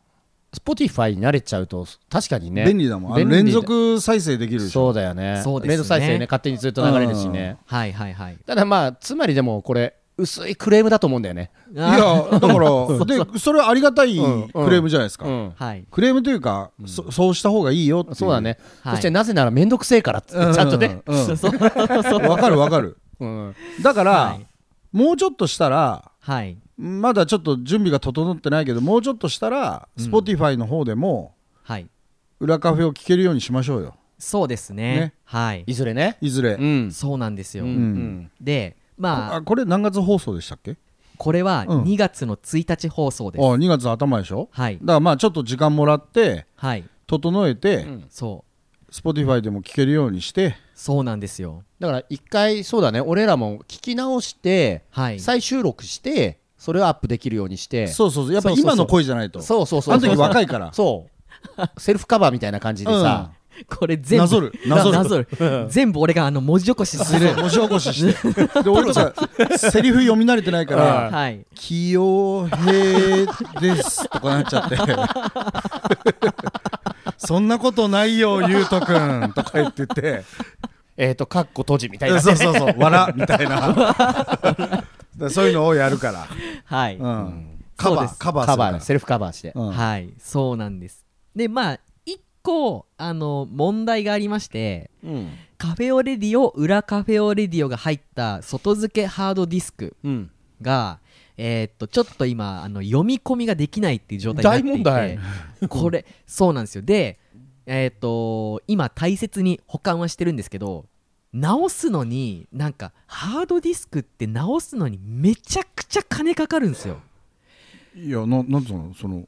[SPEAKER 4] Spotify に慣れちゃうと確かにね
[SPEAKER 5] 便利だもんあの
[SPEAKER 4] 便利だ
[SPEAKER 5] 連続再生できるでしょ
[SPEAKER 4] そうだよね
[SPEAKER 3] そうですね
[SPEAKER 4] メイド再生ね勝手にずっと流れるしね
[SPEAKER 3] はいはいはい
[SPEAKER 4] ただまあつまりでもこれ薄いクレームだと思うんだよね
[SPEAKER 5] いや だからでそれはありがたい
[SPEAKER 4] うん
[SPEAKER 5] クレームじゃないですか、
[SPEAKER 4] うん
[SPEAKER 3] はい
[SPEAKER 5] クレームというか、そそうした方がいいよってい
[SPEAKER 4] そうだね
[SPEAKER 3] はい
[SPEAKER 4] そしてなぜなら面倒くせえからっつってちゃんとね
[SPEAKER 5] うん
[SPEAKER 3] そううそう
[SPEAKER 5] わ、かるわかる
[SPEAKER 4] うん
[SPEAKER 5] だから、
[SPEAKER 3] はい
[SPEAKER 5] もうちょっとしたら
[SPEAKER 3] はい
[SPEAKER 5] まだちょっと準備が整ってないけどもうちょっとしたら、
[SPEAKER 3] うん
[SPEAKER 5] Spotify の方でも
[SPEAKER 3] はい
[SPEAKER 5] 裏カフェを聞けるようにしましょうよ
[SPEAKER 3] そうですね
[SPEAKER 5] ね
[SPEAKER 3] はい
[SPEAKER 4] いずれね
[SPEAKER 5] いずれ、
[SPEAKER 4] うん
[SPEAKER 3] そうなんですよ
[SPEAKER 4] うんうん
[SPEAKER 3] でま
[SPEAKER 5] あ
[SPEAKER 3] あ
[SPEAKER 5] これ何月放送でしたっけ
[SPEAKER 3] これは
[SPEAKER 5] うん
[SPEAKER 3] 2月の1日放送
[SPEAKER 5] あ
[SPEAKER 3] です
[SPEAKER 5] 2月頭でしょ
[SPEAKER 3] はい
[SPEAKER 5] だからまあちょっと時間もらって
[SPEAKER 3] はい
[SPEAKER 5] 整えて、
[SPEAKER 4] ん
[SPEAKER 3] そう
[SPEAKER 5] Spotify でも聴けるようにして
[SPEAKER 3] そうそうなんですよ
[SPEAKER 4] だから一回そうだね俺らも聞き直して、
[SPEAKER 3] はい
[SPEAKER 4] 再収録してそれをアップできるようにして
[SPEAKER 5] そうそうそうやっぱ
[SPEAKER 4] そうそうそう
[SPEAKER 5] 今の声じゃないと
[SPEAKER 4] そうそうそう
[SPEAKER 5] あの時若いから
[SPEAKER 4] そうセルフカバーみたいな感じでさ、
[SPEAKER 3] これ全部
[SPEAKER 5] なぞる
[SPEAKER 3] な
[SPEAKER 5] なぞる
[SPEAKER 3] なぞる全部俺があの文字起こしする
[SPEAKER 5] 文字起こししてで俺もさセリフ読み慣れてないから
[SPEAKER 3] はい
[SPEAKER 5] 「清平です」とかなっちゃって 「そんなことないよゆうとくん」とか言ってて
[SPEAKER 4] えっ、とカッコ閉じみたいな、
[SPEAKER 5] そうそうそう「わら」みたいなだからそういうのをやるから、
[SPEAKER 3] はい、
[SPEAKER 5] うん、カ
[SPEAKER 3] そう
[SPEAKER 5] バ
[SPEAKER 3] で
[SPEAKER 5] ー
[SPEAKER 3] す
[SPEAKER 5] カバー
[SPEAKER 4] カ
[SPEAKER 5] する
[SPEAKER 4] バー
[SPEAKER 5] から
[SPEAKER 4] ねセルフカバーして、
[SPEAKER 5] うん
[SPEAKER 3] はいそうなんですでまあ一個あの問題がありまして
[SPEAKER 4] うん
[SPEAKER 3] カフェオレディオ裏カフェオレディオが入った外付けハードディスク
[SPEAKER 4] うん、
[SPEAKER 3] が、えーっとちょっと今あの読み込みができないっていう状態になっていて
[SPEAKER 4] 大問
[SPEAKER 3] これそうなんですよでえーっと今大切に保管はしてるんですけど直すのになんかハードディスクって直すのにめちゃくちゃ金かかるんですよ
[SPEAKER 5] いやななんつうのその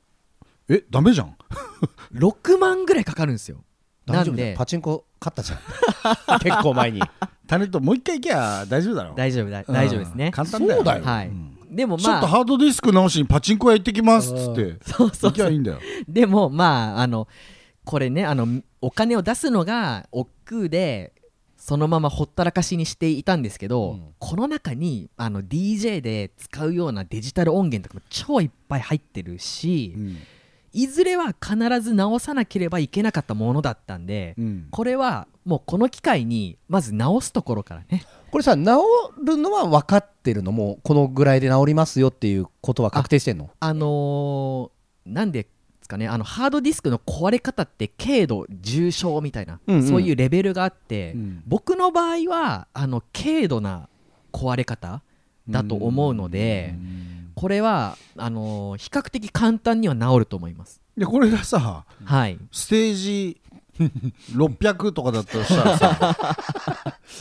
[SPEAKER 5] えダメじゃん
[SPEAKER 3] 6万ぐらいかかるんですよな
[SPEAKER 4] 大丈
[SPEAKER 3] ん
[SPEAKER 4] 夫だ
[SPEAKER 3] で
[SPEAKER 4] よパチンコ勝ったじゃん結構前に
[SPEAKER 5] タネットもう一回行けば大丈夫だろ
[SPEAKER 3] 大丈夫だ大丈夫です
[SPEAKER 5] うん
[SPEAKER 3] ね
[SPEAKER 5] 簡単だよ
[SPEAKER 4] そうだよ
[SPEAKER 3] はい、
[SPEAKER 5] うん
[SPEAKER 3] でも
[SPEAKER 5] ちょ
[SPEAKER 3] ま
[SPEAKER 5] っと
[SPEAKER 3] あ
[SPEAKER 5] ハードディスク直しにパチンコ屋行ってきますっつって
[SPEAKER 3] そうそ
[SPEAKER 5] 行
[SPEAKER 3] う
[SPEAKER 5] き
[SPEAKER 3] そ
[SPEAKER 5] ゃ
[SPEAKER 3] う
[SPEAKER 5] いいんだよ
[SPEAKER 3] でもまああのこれねあのお金を出すのが億劫でそのままほったらかしにしていたんですけど、
[SPEAKER 4] うん
[SPEAKER 3] この中にあの DJ で使うようなデジタル音源とかも超いっぱい入ってるし、
[SPEAKER 5] うん
[SPEAKER 3] いずれは必ず直さなければいけなかったものだったんで、
[SPEAKER 5] うん
[SPEAKER 3] これはもうこの機会にまず直すところからね
[SPEAKER 4] これさ治るのは分かってるのもうこのぐらいで治りますよっていうことは確定してんの
[SPEAKER 3] あのーなんでですかねあのハードディスクの壊れ方って軽度重症みたいな、
[SPEAKER 4] うんうん
[SPEAKER 3] そういうレベルがあって、
[SPEAKER 5] うん
[SPEAKER 3] 僕の場合はあの軽度な壊れ方だと思うので、これはあのー比較的簡単には治ると思います、
[SPEAKER 5] でこれがさ
[SPEAKER 3] はい
[SPEAKER 5] ステージ600とかだったとし たらさ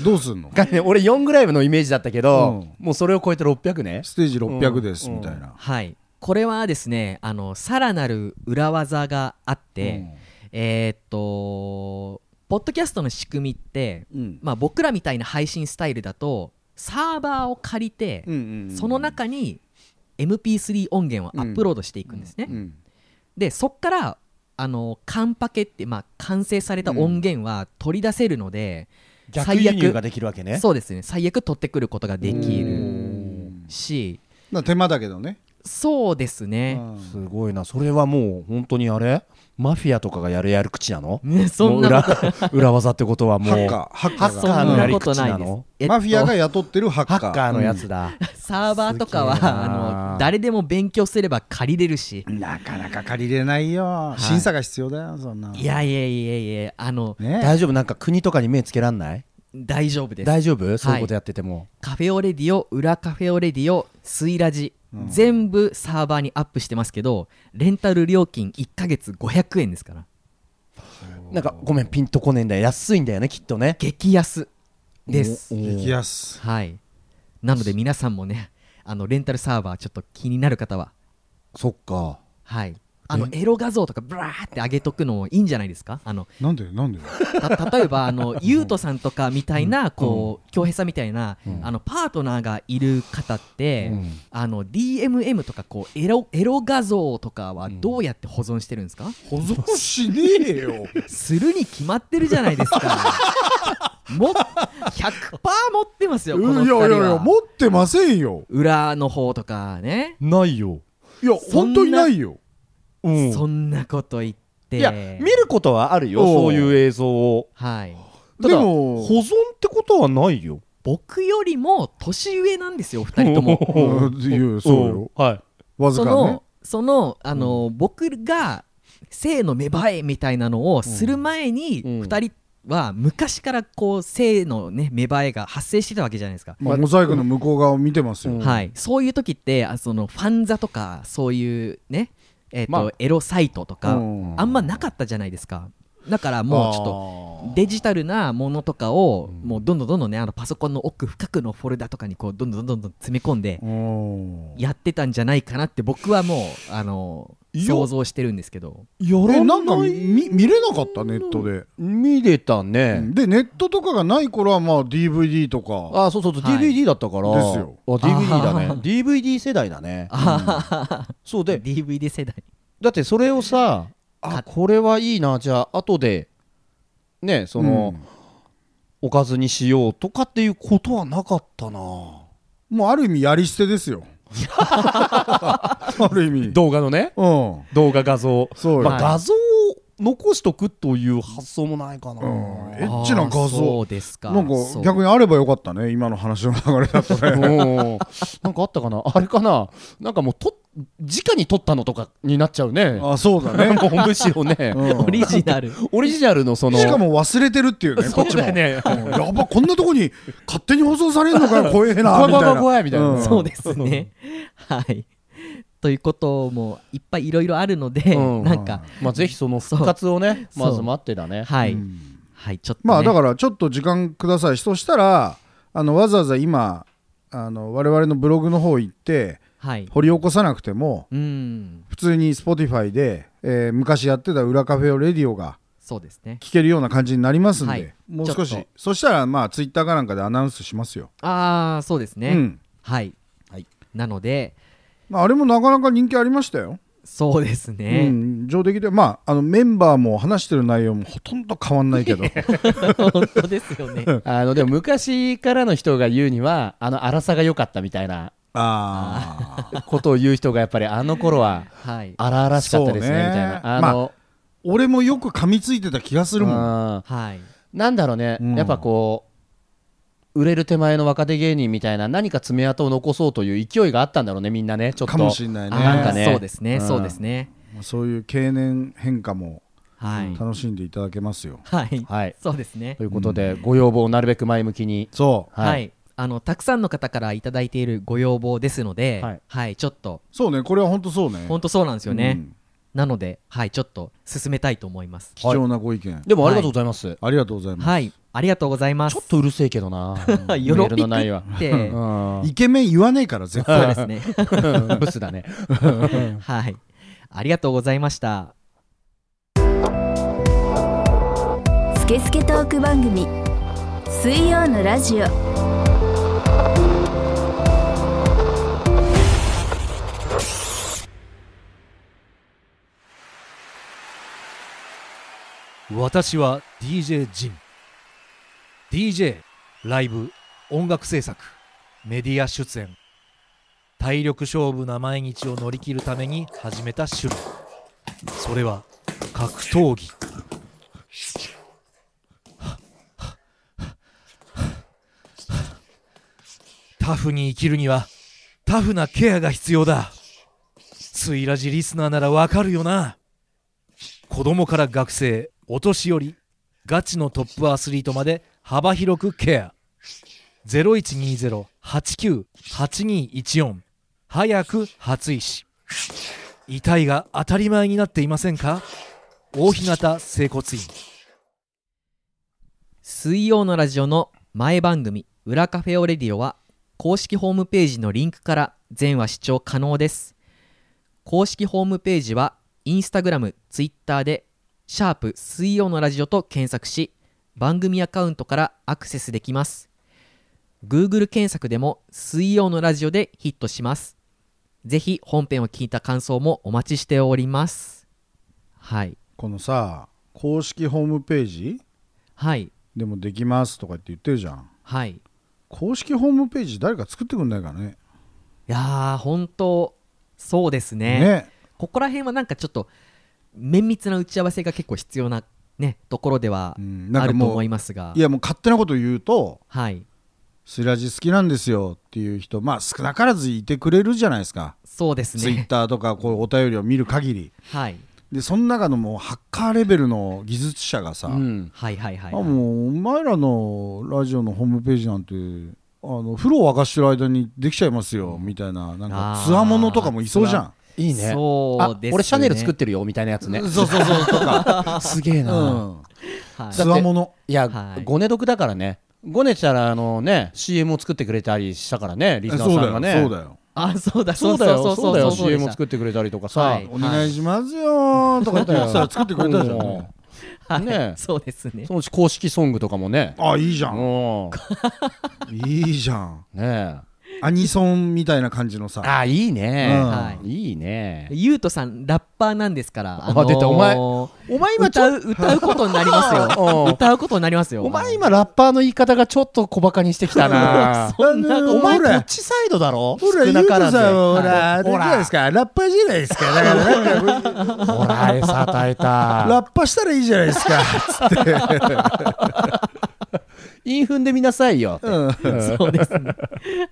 [SPEAKER 5] どうすんの
[SPEAKER 4] がね俺4ぐらいのイメージだったけど、もうそれを超えて600ね
[SPEAKER 5] ステージ600ですみたいな、
[SPEAKER 3] はいこれはですねあのさらなる裏技があって、えーっとポッドキャストの仕組みって、
[SPEAKER 5] うん
[SPEAKER 3] まあ、僕らみたいな配信スタイルだとサーバーを借りて、その中に MP3 音源をアップロードしていくんですね、
[SPEAKER 5] うん
[SPEAKER 3] でそっからあのカンパケって、まあ、完成された音源は取り出せるので、
[SPEAKER 4] 逆輸入ができるわけね
[SPEAKER 3] そうですね最悪取ってくることができる
[SPEAKER 5] うん
[SPEAKER 3] し
[SPEAKER 5] な手間だけどね、
[SPEAKER 3] そうですね、
[SPEAKER 4] すごいなそれはもう本当にあれマフィアとかがやるやる口なの
[SPEAKER 3] ねそんな
[SPEAKER 4] もう裏裏技ってことはもう
[SPEAKER 5] ハッカーハッカ
[SPEAKER 4] ハ
[SPEAKER 5] ー
[SPEAKER 4] ッカ
[SPEAKER 3] そ
[SPEAKER 4] ーの
[SPEAKER 5] が
[SPEAKER 3] ん
[SPEAKER 4] や
[SPEAKER 3] な
[SPEAKER 4] り
[SPEAKER 3] こと
[SPEAKER 4] 口
[SPEAKER 3] ない
[SPEAKER 4] な
[SPEAKER 3] です
[SPEAKER 4] の、
[SPEAKER 3] えっと
[SPEAKER 5] マフィアが雇ってるハッカ
[SPEAKER 4] ハ
[SPEAKER 5] ー
[SPEAKER 4] ッカーのやつだ、
[SPEAKER 3] サーバーとかは
[SPEAKER 4] すげえな
[SPEAKER 3] あの誰でも勉強すれば借りれるし
[SPEAKER 5] うんなかなか借りれないよ、
[SPEAKER 3] い
[SPEAKER 5] 審査が必要だよそんない
[SPEAKER 3] やいやいやいやあの
[SPEAKER 5] ね
[SPEAKER 4] 大丈夫なんか国とかに目つけらんない
[SPEAKER 3] 大丈夫です
[SPEAKER 4] 大丈夫そういうことやってても、
[SPEAKER 3] カフェオレディオ裏カフェオレディオスイラジ、全部サーバーにアップしてますけどレンタル料金1ヶ月500円ですから
[SPEAKER 4] なんかごめんピンとこねえんだよ安いんだよねきっとね
[SPEAKER 3] 激安です
[SPEAKER 5] 激安
[SPEAKER 3] はいなので皆さんもねあのレンタルサーバーちょっと気になる方は
[SPEAKER 4] そっか
[SPEAKER 3] はいあのエロ画像とかブラーって上げとくのもいいんじゃないですかあの
[SPEAKER 5] なんでなんで
[SPEAKER 3] た例えばあのゆうとさんとかみたいなこう恭平さんみたいなあのパートナーがいる方って、あの DMM とかこうエロエロ画像とかはどうやって保存してるんですか、
[SPEAKER 5] 保存しねえよ
[SPEAKER 3] するに決まってるじゃないですかも100%持ってますよこの2
[SPEAKER 5] うんい
[SPEAKER 3] 人
[SPEAKER 5] や
[SPEAKER 3] はい
[SPEAKER 5] やいや持ってませんよ
[SPEAKER 3] 裏の方とかね、
[SPEAKER 4] ないよ、
[SPEAKER 5] いや
[SPEAKER 3] そん
[SPEAKER 5] 本
[SPEAKER 3] な
[SPEAKER 5] 当にないよ
[SPEAKER 4] うん
[SPEAKER 3] そんなこと言って
[SPEAKER 4] いや見ることはあるよ
[SPEAKER 5] お
[SPEAKER 4] そ
[SPEAKER 5] う
[SPEAKER 4] ういう映像を
[SPEAKER 3] はい
[SPEAKER 4] ただ
[SPEAKER 5] でも
[SPEAKER 4] 保存ってことはないよ
[SPEAKER 3] 僕よりも年上なんですよ2人とも
[SPEAKER 5] うんいやそうよ
[SPEAKER 4] んはい
[SPEAKER 5] わず
[SPEAKER 3] そ
[SPEAKER 5] かね
[SPEAKER 3] のそのあの、僕が性の芽生えみたいなのをする前に、
[SPEAKER 4] うん
[SPEAKER 3] 2人は昔からこう性の、ね、芽生えが発生してたわけじゃないですか、
[SPEAKER 5] まあ、モザイクの向こう側を見てますよ、
[SPEAKER 4] うん
[SPEAKER 3] はい、そういう時ってあそのファンザとかそういうね、えーと
[SPEAKER 4] まあ
[SPEAKER 3] エロサイトとか、
[SPEAKER 5] うん
[SPEAKER 3] あんまなかったじゃないですかだからもうちょっと
[SPEAKER 5] と
[SPEAKER 3] デジタルなものとかをもうどんどんどんどんねあのパソコンの奥深くのフォルダとかにこうどんどんどんどん詰め込んでやってたんじゃないかなって僕はもうあの
[SPEAKER 4] いや
[SPEAKER 3] 想像してるんですけど
[SPEAKER 4] や
[SPEAKER 5] えなんか見見れなかったネットで、
[SPEAKER 4] 見れたね、
[SPEAKER 5] でネットとかがない頃はまあ DVD とか
[SPEAKER 4] あそうそうそう、
[SPEAKER 3] はい
[SPEAKER 4] DVD だったから
[SPEAKER 5] ですよ
[SPEAKER 4] あ DVD だね DVD 世代だねそうで
[SPEAKER 3] DVD 世代
[SPEAKER 4] だってそれをさあ
[SPEAKER 3] か
[SPEAKER 4] これはいいなじゃあ後でねその、おかずにしようとかっていうことはなかったな
[SPEAKER 5] もうある意味やり捨てですよ ある意味
[SPEAKER 4] 動画のね
[SPEAKER 5] うん
[SPEAKER 4] 動画画像
[SPEAKER 5] そう
[SPEAKER 4] ま
[SPEAKER 5] よ、
[SPEAKER 4] あ、
[SPEAKER 3] はい
[SPEAKER 4] 画像を残しとくという発想もないかな、
[SPEAKER 5] うんエッチな画
[SPEAKER 3] あーそ
[SPEAKER 5] 像
[SPEAKER 3] うですか
[SPEAKER 5] なんか
[SPEAKER 3] そう
[SPEAKER 5] 逆にあればよかったね今の話の流れだとね
[SPEAKER 4] うんなんかあったかなあれかななんかもうと直に撮ったのとかになっちゃうね
[SPEAKER 5] あそうだね、
[SPEAKER 4] もうむしろね、
[SPEAKER 5] うん
[SPEAKER 3] オリジナル
[SPEAKER 4] オリジナルのその
[SPEAKER 5] しかも忘れてるっ ていうねこ
[SPEAKER 4] そ
[SPEAKER 5] っち
[SPEAKER 4] う
[SPEAKER 5] も
[SPEAKER 4] だよね
[SPEAKER 5] うんやばこんなとこに勝手に放送されるのかよ怖えな
[SPEAKER 4] 怖い
[SPEAKER 5] みたいな
[SPEAKER 4] 怖い怖いみたいな
[SPEAKER 3] そうですねはいということもいっぱいいろいろあるので
[SPEAKER 4] うん
[SPEAKER 3] なんか
[SPEAKER 4] まあぜひその復活をね
[SPEAKER 3] そう
[SPEAKER 4] まず待ってだね
[SPEAKER 5] う
[SPEAKER 3] はい
[SPEAKER 5] ん
[SPEAKER 3] はいちょっと
[SPEAKER 5] まあ
[SPEAKER 3] ね
[SPEAKER 5] だからちょっと時間くださいそしたらあのわざわざ今あの我々のブログの方行って
[SPEAKER 3] はい
[SPEAKER 5] 掘り起こさなくても
[SPEAKER 3] うん
[SPEAKER 5] 普通に Spotify で、えー昔やってた「裏カフェオレディオ」が
[SPEAKER 3] そうですね
[SPEAKER 5] 聞けるような感じになりますんで、
[SPEAKER 3] はい
[SPEAKER 5] もう少
[SPEAKER 3] ちょっ
[SPEAKER 5] し
[SPEAKER 3] と
[SPEAKER 5] そしたらまあ Twitter かなんかでアナウンスしますよ、
[SPEAKER 3] ああそうです
[SPEAKER 5] う
[SPEAKER 3] ね
[SPEAKER 5] ん
[SPEAKER 3] はいなので
[SPEAKER 5] まああれもなかなか人気ありましたよ、
[SPEAKER 3] そうです
[SPEAKER 5] う
[SPEAKER 3] ね
[SPEAKER 5] ん、上出来でまああのメンバーも話してる内容もほとんど変わんないけど
[SPEAKER 3] 本当ですよ ね
[SPEAKER 4] あのでも昔からの人が言うにはあの荒さが良かったみたいな
[SPEAKER 5] ああ
[SPEAKER 4] ことを言う人がやっぱりあの頃は
[SPEAKER 3] はい
[SPEAKER 4] 荒々しかったですね
[SPEAKER 5] そうね
[SPEAKER 4] みたいなあの、
[SPEAKER 5] 俺もよく噛みついてた気がするもん
[SPEAKER 4] うん
[SPEAKER 3] はい
[SPEAKER 4] なんだろうね、
[SPEAKER 5] うん
[SPEAKER 4] やっぱこう売れる手前の若手芸人みたいな何か爪痕を残そうという勢いがあったんだろうねみんなねちょっと
[SPEAKER 5] かもしんないね
[SPEAKER 3] あ
[SPEAKER 4] なんかね
[SPEAKER 3] そうですね
[SPEAKER 4] うん
[SPEAKER 3] そうですね
[SPEAKER 5] まあそういう経年変化も
[SPEAKER 3] はい
[SPEAKER 5] 楽しんでいただけますよ。
[SPEAKER 3] はい
[SPEAKER 4] はい
[SPEAKER 3] そうですね
[SPEAKER 4] ということで、ご要望をなるべく前向きに
[SPEAKER 5] そう。
[SPEAKER 4] はい
[SPEAKER 3] はいあのたくさんの方からいただいているご要望ですので
[SPEAKER 4] はい
[SPEAKER 3] はいちょっと
[SPEAKER 5] そうね、これは本当そうね。
[SPEAKER 3] 本当そうなんですよ
[SPEAKER 5] う
[SPEAKER 3] ね
[SPEAKER 5] ん
[SPEAKER 3] なのではいちょっと進めたいと思います
[SPEAKER 5] 貴重なご意見。
[SPEAKER 4] でもありがとうございます、
[SPEAKER 5] ありがとうございます。
[SPEAKER 3] はいありがとうございます
[SPEAKER 4] ちょっとうるせえけどなメ
[SPEAKER 3] よ
[SPEAKER 4] ー
[SPEAKER 3] ろ
[SPEAKER 4] ル
[SPEAKER 3] ぴ
[SPEAKER 4] の
[SPEAKER 3] く
[SPEAKER 4] 内容は
[SPEAKER 3] って
[SPEAKER 4] うん
[SPEAKER 5] イケメン言わねえから、絶
[SPEAKER 3] そう
[SPEAKER 5] 対。
[SPEAKER 3] ですね
[SPEAKER 4] ブスだね
[SPEAKER 3] はいありがとうございました
[SPEAKER 1] スケスケトーク番組水曜のラジオ
[SPEAKER 6] 私は DJ ジン DJ ライブ音楽制作メディア出演体力勝負な毎日を乗り切るために始めた種類それは格闘技タフに生きるにはタフなケアが必要だスイラジリスナーならわかるよな子供から学生お年寄りガチのトップアスリートまで幅広くケア0120-89-8214早く初石遺体が当たり前になっていませんか大日向整骨院
[SPEAKER 3] 水曜のラジオの前番組「裏カフェオレディオ」は公式ホームページのリンクから全話視聴可能です公式ホームページはインスタグラム、ツイッターで「シャープ水曜のラジオ」と検索し番組アカウントからアクセスできます Google 検索でも「水曜のラジオ」でヒットしますぜひ本編を聞いた感想もお待ちしておりますはい
[SPEAKER 5] このさ、公式ホームページ
[SPEAKER 3] はい
[SPEAKER 5] でもできますとかって言ってるじゃん。
[SPEAKER 3] はい
[SPEAKER 5] 公式ホームページ誰か作ってくんないかね。
[SPEAKER 3] いやー本当そうですね
[SPEAKER 5] ね。
[SPEAKER 3] ここら辺はなんかちょっと綿密な打ち合わせが結構必要な、ね、ところでは
[SPEAKER 5] うんなん
[SPEAKER 3] あ
[SPEAKER 5] か
[SPEAKER 3] ると
[SPEAKER 5] も
[SPEAKER 3] 思
[SPEAKER 5] う、
[SPEAKER 3] い
[SPEAKER 5] い
[SPEAKER 3] ますが、
[SPEAKER 5] やもう勝手なこと言うと、
[SPEAKER 3] はい、
[SPEAKER 5] スイラジ好きなんですよっていう人、まあ少なからずいてくれるじゃないですか。
[SPEAKER 3] そうです
[SPEAKER 5] ツイッ
[SPEAKER 3] ね。
[SPEAKER 5] ターとかこうお便りを見る限り。
[SPEAKER 3] はい、
[SPEAKER 5] で、その中のもうハッカーレベルの技術者がさ、
[SPEAKER 4] うん
[SPEAKER 3] はいはいはい。
[SPEAKER 5] あもうお前らのラジオのホームページなんてあの風呂を沸かしてる間にできちゃいますよみたいななんか
[SPEAKER 3] あー
[SPEAKER 5] つわものとかもいそうじゃん
[SPEAKER 4] いいね
[SPEAKER 3] そうです、ね、、
[SPEAKER 4] あ俺シャネル作っててるよみたいなやつね
[SPEAKER 5] そうそうそう とか
[SPEAKER 4] すげえ
[SPEAKER 5] う
[SPEAKER 4] な、
[SPEAKER 5] ん
[SPEAKER 3] はい
[SPEAKER 5] つわもの
[SPEAKER 4] いや、
[SPEAKER 3] はい
[SPEAKER 4] ごね得だからねごねしたらあのね CM を作ってくれたりしたからねリスナーさんがね
[SPEAKER 5] そうだよ
[SPEAKER 3] あそうだ
[SPEAKER 4] そうだよそうだよ
[SPEAKER 3] で
[SPEAKER 4] CM
[SPEAKER 3] し
[SPEAKER 4] を
[SPEAKER 3] た
[SPEAKER 4] 作ってくれたりとか
[SPEAKER 3] は
[SPEAKER 4] さ
[SPEAKER 3] い
[SPEAKER 5] お願いしますよーとかって言ってたら作ってくれたじゃん
[SPEAKER 4] うん
[SPEAKER 3] はい
[SPEAKER 4] ね
[SPEAKER 3] そうですね
[SPEAKER 4] そのうち公式ソングとかもね
[SPEAKER 5] あいいじゃ
[SPEAKER 4] うんん
[SPEAKER 5] いいじゃん
[SPEAKER 4] ね
[SPEAKER 5] アニソンみたいな感じのさ
[SPEAKER 4] あいいね
[SPEAKER 5] うん
[SPEAKER 3] はい
[SPEAKER 4] いいね
[SPEAKER 3] ゆうとさんラッパーなんですから、
[SPEAKER 4] あ出たお前
[SPEAKER 3] お前今歌う歌うことになり ますよ
[SPEAKER 4] うん
[SPEAKER 3] 歌うことになりますよ
[SPEAKER 4] お前今ラッパーの言い方がちょっと小バカにしてきたな
[SPEAKER 5] そんな
[SPEAKER 4] お前
[SPEAKER 5] ほ
[SPEAKER 4] こ
[SPEAKER 5] ら
[SPEAKER 4] っちサイドだろ
[SPEAKER 5] ほら、ゆ
[SPEAKER 4] 少な
[SPEAKER 5] うとさ
[SPEAKER 4] か
[SPEAKER 5] ん
[SPEAKER 4] らず
[SPEAKER 5] はほら、あれ
[SPEAKER 4] ほ
[SPEAKER 5] じゃないで
[SPEAKER 4] ら
[SPEAKER 5] すか、ラッパーじゃないですか。だから なんか、
[SPEAKER 4] ほら餌与え
[SPEAKER 5] ラ
[SPEAKER 4] た
[SPEAKER 5] ッパしたらいいじゃないで すか。つって。
[SPEAKER 4] インフンで見なさいよ
[SPEAKER 3] そうです ね。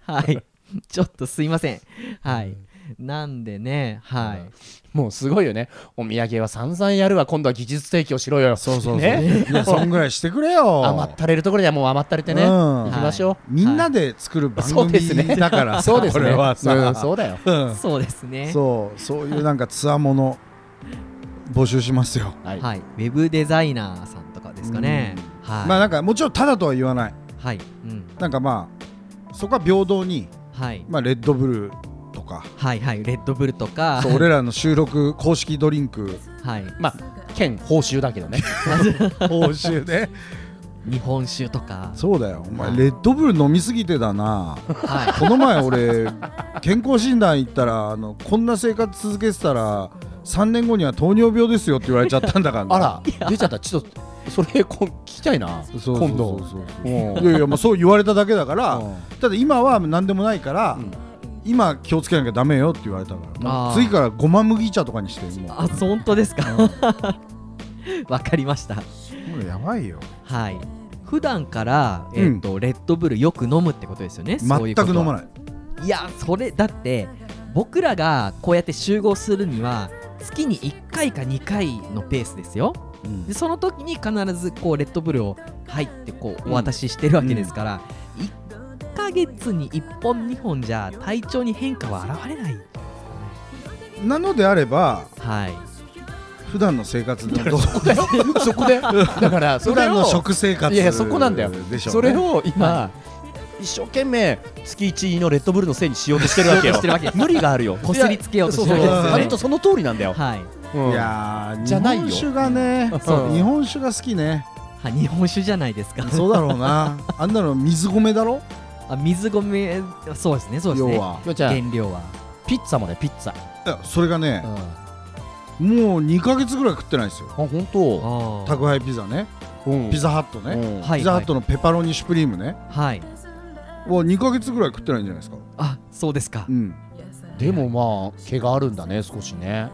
[SPEAKER 3] はい。ちょっとすいません。はい。なんでね、はい。
[SPEAKER 4] もうすごいよねお土産は散々やるわ今度は技術提供しろよそうそう
[SPEAKER 5] そう
[SPEAKER 4] ね
[SPEAKER 5] いや、そんぐらいしてくれよ。
[SPEAKER 4] 余ったれるところではもう余ったれてね
[SPEAKER 5] うん
[SPEAKER 4] 行きましょ
[SPEAKER 5] みんなで作る番
[SPEAKER 4] そうですね
[SPEAKER 5] 組だから
[SPEAKER 4] う
[SPEAKER 5] さ、
[SPEAKER 4] そうです
[SPEAKER 5] こ
[SPEAKER 4] ね
[SPEAKER 5] れは
[SPEAKER 4] う
[SPEAKER 5] さ
[SPEAKER 4] ん。そうだよ
[SPEAKER 5] うん
[SPEAKER 3] そうですね。
[SPEAKER 5] そう、そういうなんか、つわもの、募集しますよ。
[SPEAKER 4] はい
[SPEAKER 3] はい。ウェブデザイナーさんとかですかね。はい。
[SPEAKER 5] まあなんか、もちろんただとは言わない。
[SPEAKER 3] はい。うん。
[SPEAKER 5] なんかまあ、そこは平等に、
[SPEAKER 3] はい。
[SPEAKER 5] まあ、レッドブルとか、
[SPEAKER 3] はいはい。レッドブルとか、
[SPEAKER 5] そう俺らの収録公式ドリンク、
[SPEAKER 3] はい。
[SPEAKER 4] まあ県報酬だけどね
[SPEAKER 5] 報酬ね。
[SPEAKER 3] 日本酒とか、
[SPEAKER 5] そうだよ、お前、レッドブル飲みすぎてだな。
[SPEAKER 3] は
[SPEAKER 5] この前俺健康診断行ったらあのこんな生活続けてたら3年後には糖尿病ですよって言われちゃったんだからね、
[SPEAKER 4] あら出ちゃったちょっとそれこ聞きたいな
[SPEAKER 5] そうそうそう
[SPEAKER 4] 今度
[SPEAKER 5] そう
[SPEAKER 4] うん
[SPEAKER 5] いやいやもうそう言われただけだから、
[SPEAKER 4] うん
[SPEAKER 5] ただ今は何でもないから、
[SPEAKER 4] ん
[SPEAKER 5] 今気をつけなきゃダメよって言われたからも
[SPEAKER 3] あ
[SPEAKER 5] う
[SPEAKER 3] ー
[SPEAKER 5] 次からごま麦茶とかにしてもう
[SPEAKER 3] い。あ、そう本当ですか。 わかりました。
[SPEAKER 5] これやばいよ
[SPEAKER 3] はい。普段から、えっと、レッドブルよく飲むってことですよね。
[SPEAKER 5] 全く飲ま
[SPEAKER 3] い
[SPEAKER 5] ない
[SPEAKER 3] いやそれだって僕らがこうやって集合するには月に1回か2回のペースですよ
[SPEAKER 5] うん
[SPEAKER 3] でその時に必ずこうレッドブルを入ってこうお渡ししてるわけですから、1ヶ月に1本2本じゃ体調に変化は現れない
[SPEAKER 5] なのであれば
[SPEAKER 3] はい
[SPEAKER 5] 普段の生活のどう
[SPEAKER 4] そこだ よそこでだからそ
[SPEAKER 5] 普
[SPEAKER 4] れ
[SPEAKER 5] 段
[SPEAKER 4] を
[SPEAKER 5] の食生活
[SPEAKER 4] いやいやそこなんだよ
[SPEAKER 5] でしょ
[SPEAKER 4] そう
[SPEAKER 5] ね
[SPEAKER 4] れを今一生懸命月1位のレッドブルのせいにしようとしてるわけ
[SPEAKER 3] しようと
[SPEAKER 4] よ
[SPEAKER 3] してるわけです
[SPEAKER 4] 無理があるよ
[SPEAKER 3] こすりつけようとしてるわけ
[SPEAKER 5] ですよ
[SPEAKER 4] そうそ
[SPEAKER 5] ね
[SPEAKER 4] うそうあれとその通りなんだよ
[SPEAKER 3] はい
[SPEAKER 4] うん
[SPEAKER 5] いやー
[SPEAKER 4] じゃないよ
[SPEAKER 5] 日本酒がね
[SPEAKER 4] そう
[SPEAKER 5] 日本酒が好きね
[SPEAKER 3] は日本酒じゃないですか
[SPEAKER 5] そうだろ うなあんなの水米だろ
[SPEAKER 3] あ水米そうですねそうです
[SPEAKER 5] 要
[SPEAKER 3] ね
[SPEAKER 5] は
[SPEAKER 4] じゃあ
[SPEAKER 3] 原料は
[SPEAKER 4] ピッツァもねピッツァ
[SPEAKER 5] いやそれがね
[SPEAKER 4] あ
[SPEAKER 5] もう2か月ぐらい食ってないですよ
[SPEAKER 4] 本当
[SPEAKER 3] あー
[SPEAKER 5] 宅配ピザね
[SPEAKER 4] うん
[SPEAKER 5] ピザハットね
[SPEAKER 4] うん
[SPEAKER 3] はい
[SPEAKER 5] ピザハットのペパロニシュプリームね
[SPEAKER 3] はい
[SPEAKER 5] は2か月ぐらい食ってないんじゃないですか
[SPEAKER 3] あそうですか
[SPEAKER 5] うん
[SPEAKER 4] でもまあ毛があるんだね少しね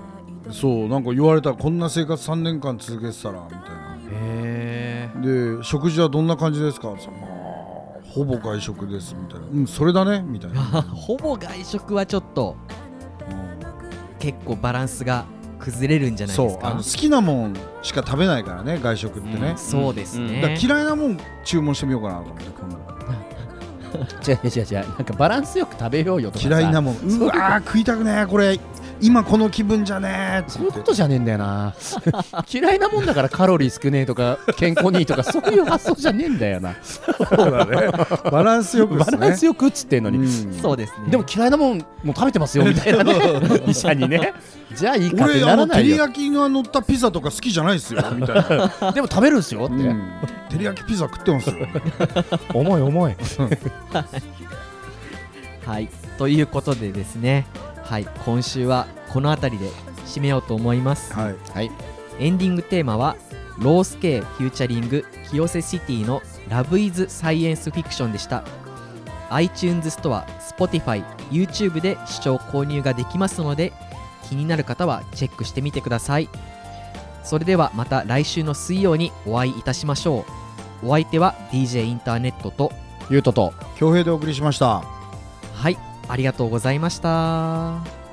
[SPEAKER 5] そうなんか言われたらこんな生活3年間続けてたらみたいな
[SPEAKER 3] へ
[SPEAKER 5] で食事はどんな感じですかさまあほぼ外食ですみたいなうんそれだねみたい
[SPEAKER 3] え
[SPEAKER 5] な
[SPEAKER 3] ほぼ外食はちょっと結構バランスが崩れるんじゃない
[SPEAKER 5] そ
[SPEAKER 3] です
[SPEAKER 5] うあの
[SPEAKER 3] か
[SPEAKER 5] 好きなもんしか食べないからね外食ってね、
[SPEAKER 4] うん
[SPEAKER 3] そうです
[SPEAKER 4] うん
[SPEAKER 5] だから
[SPEAKER 3] ね
[SPEAKER 5] 嫌いなもん注文してみようかなと思って今度
[SPEAKER 4] 違う違う違うなんかバランスよく食べようよとかさ
[SPEAKER 5] 嫌いなもんうわー食いたくねーこれ今この気分じゃねーって
[SPEAKER 4] そうい
[SPEAKER 5] 言
[SPEAKER 4] う
[SPEAKER 5] って
[SPEAKER 4] ことじゃねえんだよな 嫌いなもんだからカロリー少ねえとか健康にいいとかそういう発想じゃねえんだよな
[SPEAKER 5] そうだねバランスよくで
[SPEAKER 4] バ
[SPEAKER 5] すね
[SPEAKER 4] ランスよくっつってんのに、
[SPEAKER 5] うん
[SPEAKER 3] そうですね
[SPEAKER 4] でも嫌いなもんもう食べて ますよみたいなね医者にねじゃあいいかって
[SPEAKER 5] 俺
[SPEAKER 4] な
[SPEAKER 5] あ
[SPEAKER 4] ら
[SPEAKER 5] の
[SPEAKER 4] な
[SPEAKER 5] 照
[SPEAKER 4] い
[SPEAKER 5] り
[SPEAKER 4] よ
[SPEAKER 5] 焼きが乗ったピザとか好きじゃないですよみたいな、
[SPEAKER 4] でも食べるんすよって、
[SPEAKER 5] うん照り焼きピザ食ってますよ
[SPEAKER 4] 重い重い
[SPEAKER 3] はいということでですねはい今週はこの辺りで締めようと思います
[SPEAKER 5] はい
[SPEAKER 4] はい
[SPEAKER 3] エンディングテーマはロースケフューチャリング清瀬シティのラブイズサイエンスフィクションでした iTunes ストア Spotify、YouTube で視聴購入ができますので気になる方はチェックしてみてくださいそれではまた来週の水曜にお会いいたしましょうお相手は DJ インターネットと
[SPEAKER 4] ゆうとと
[SPEAKER 5] 恭平でお送りしました
[SPEAKER 3] はいありがとうございました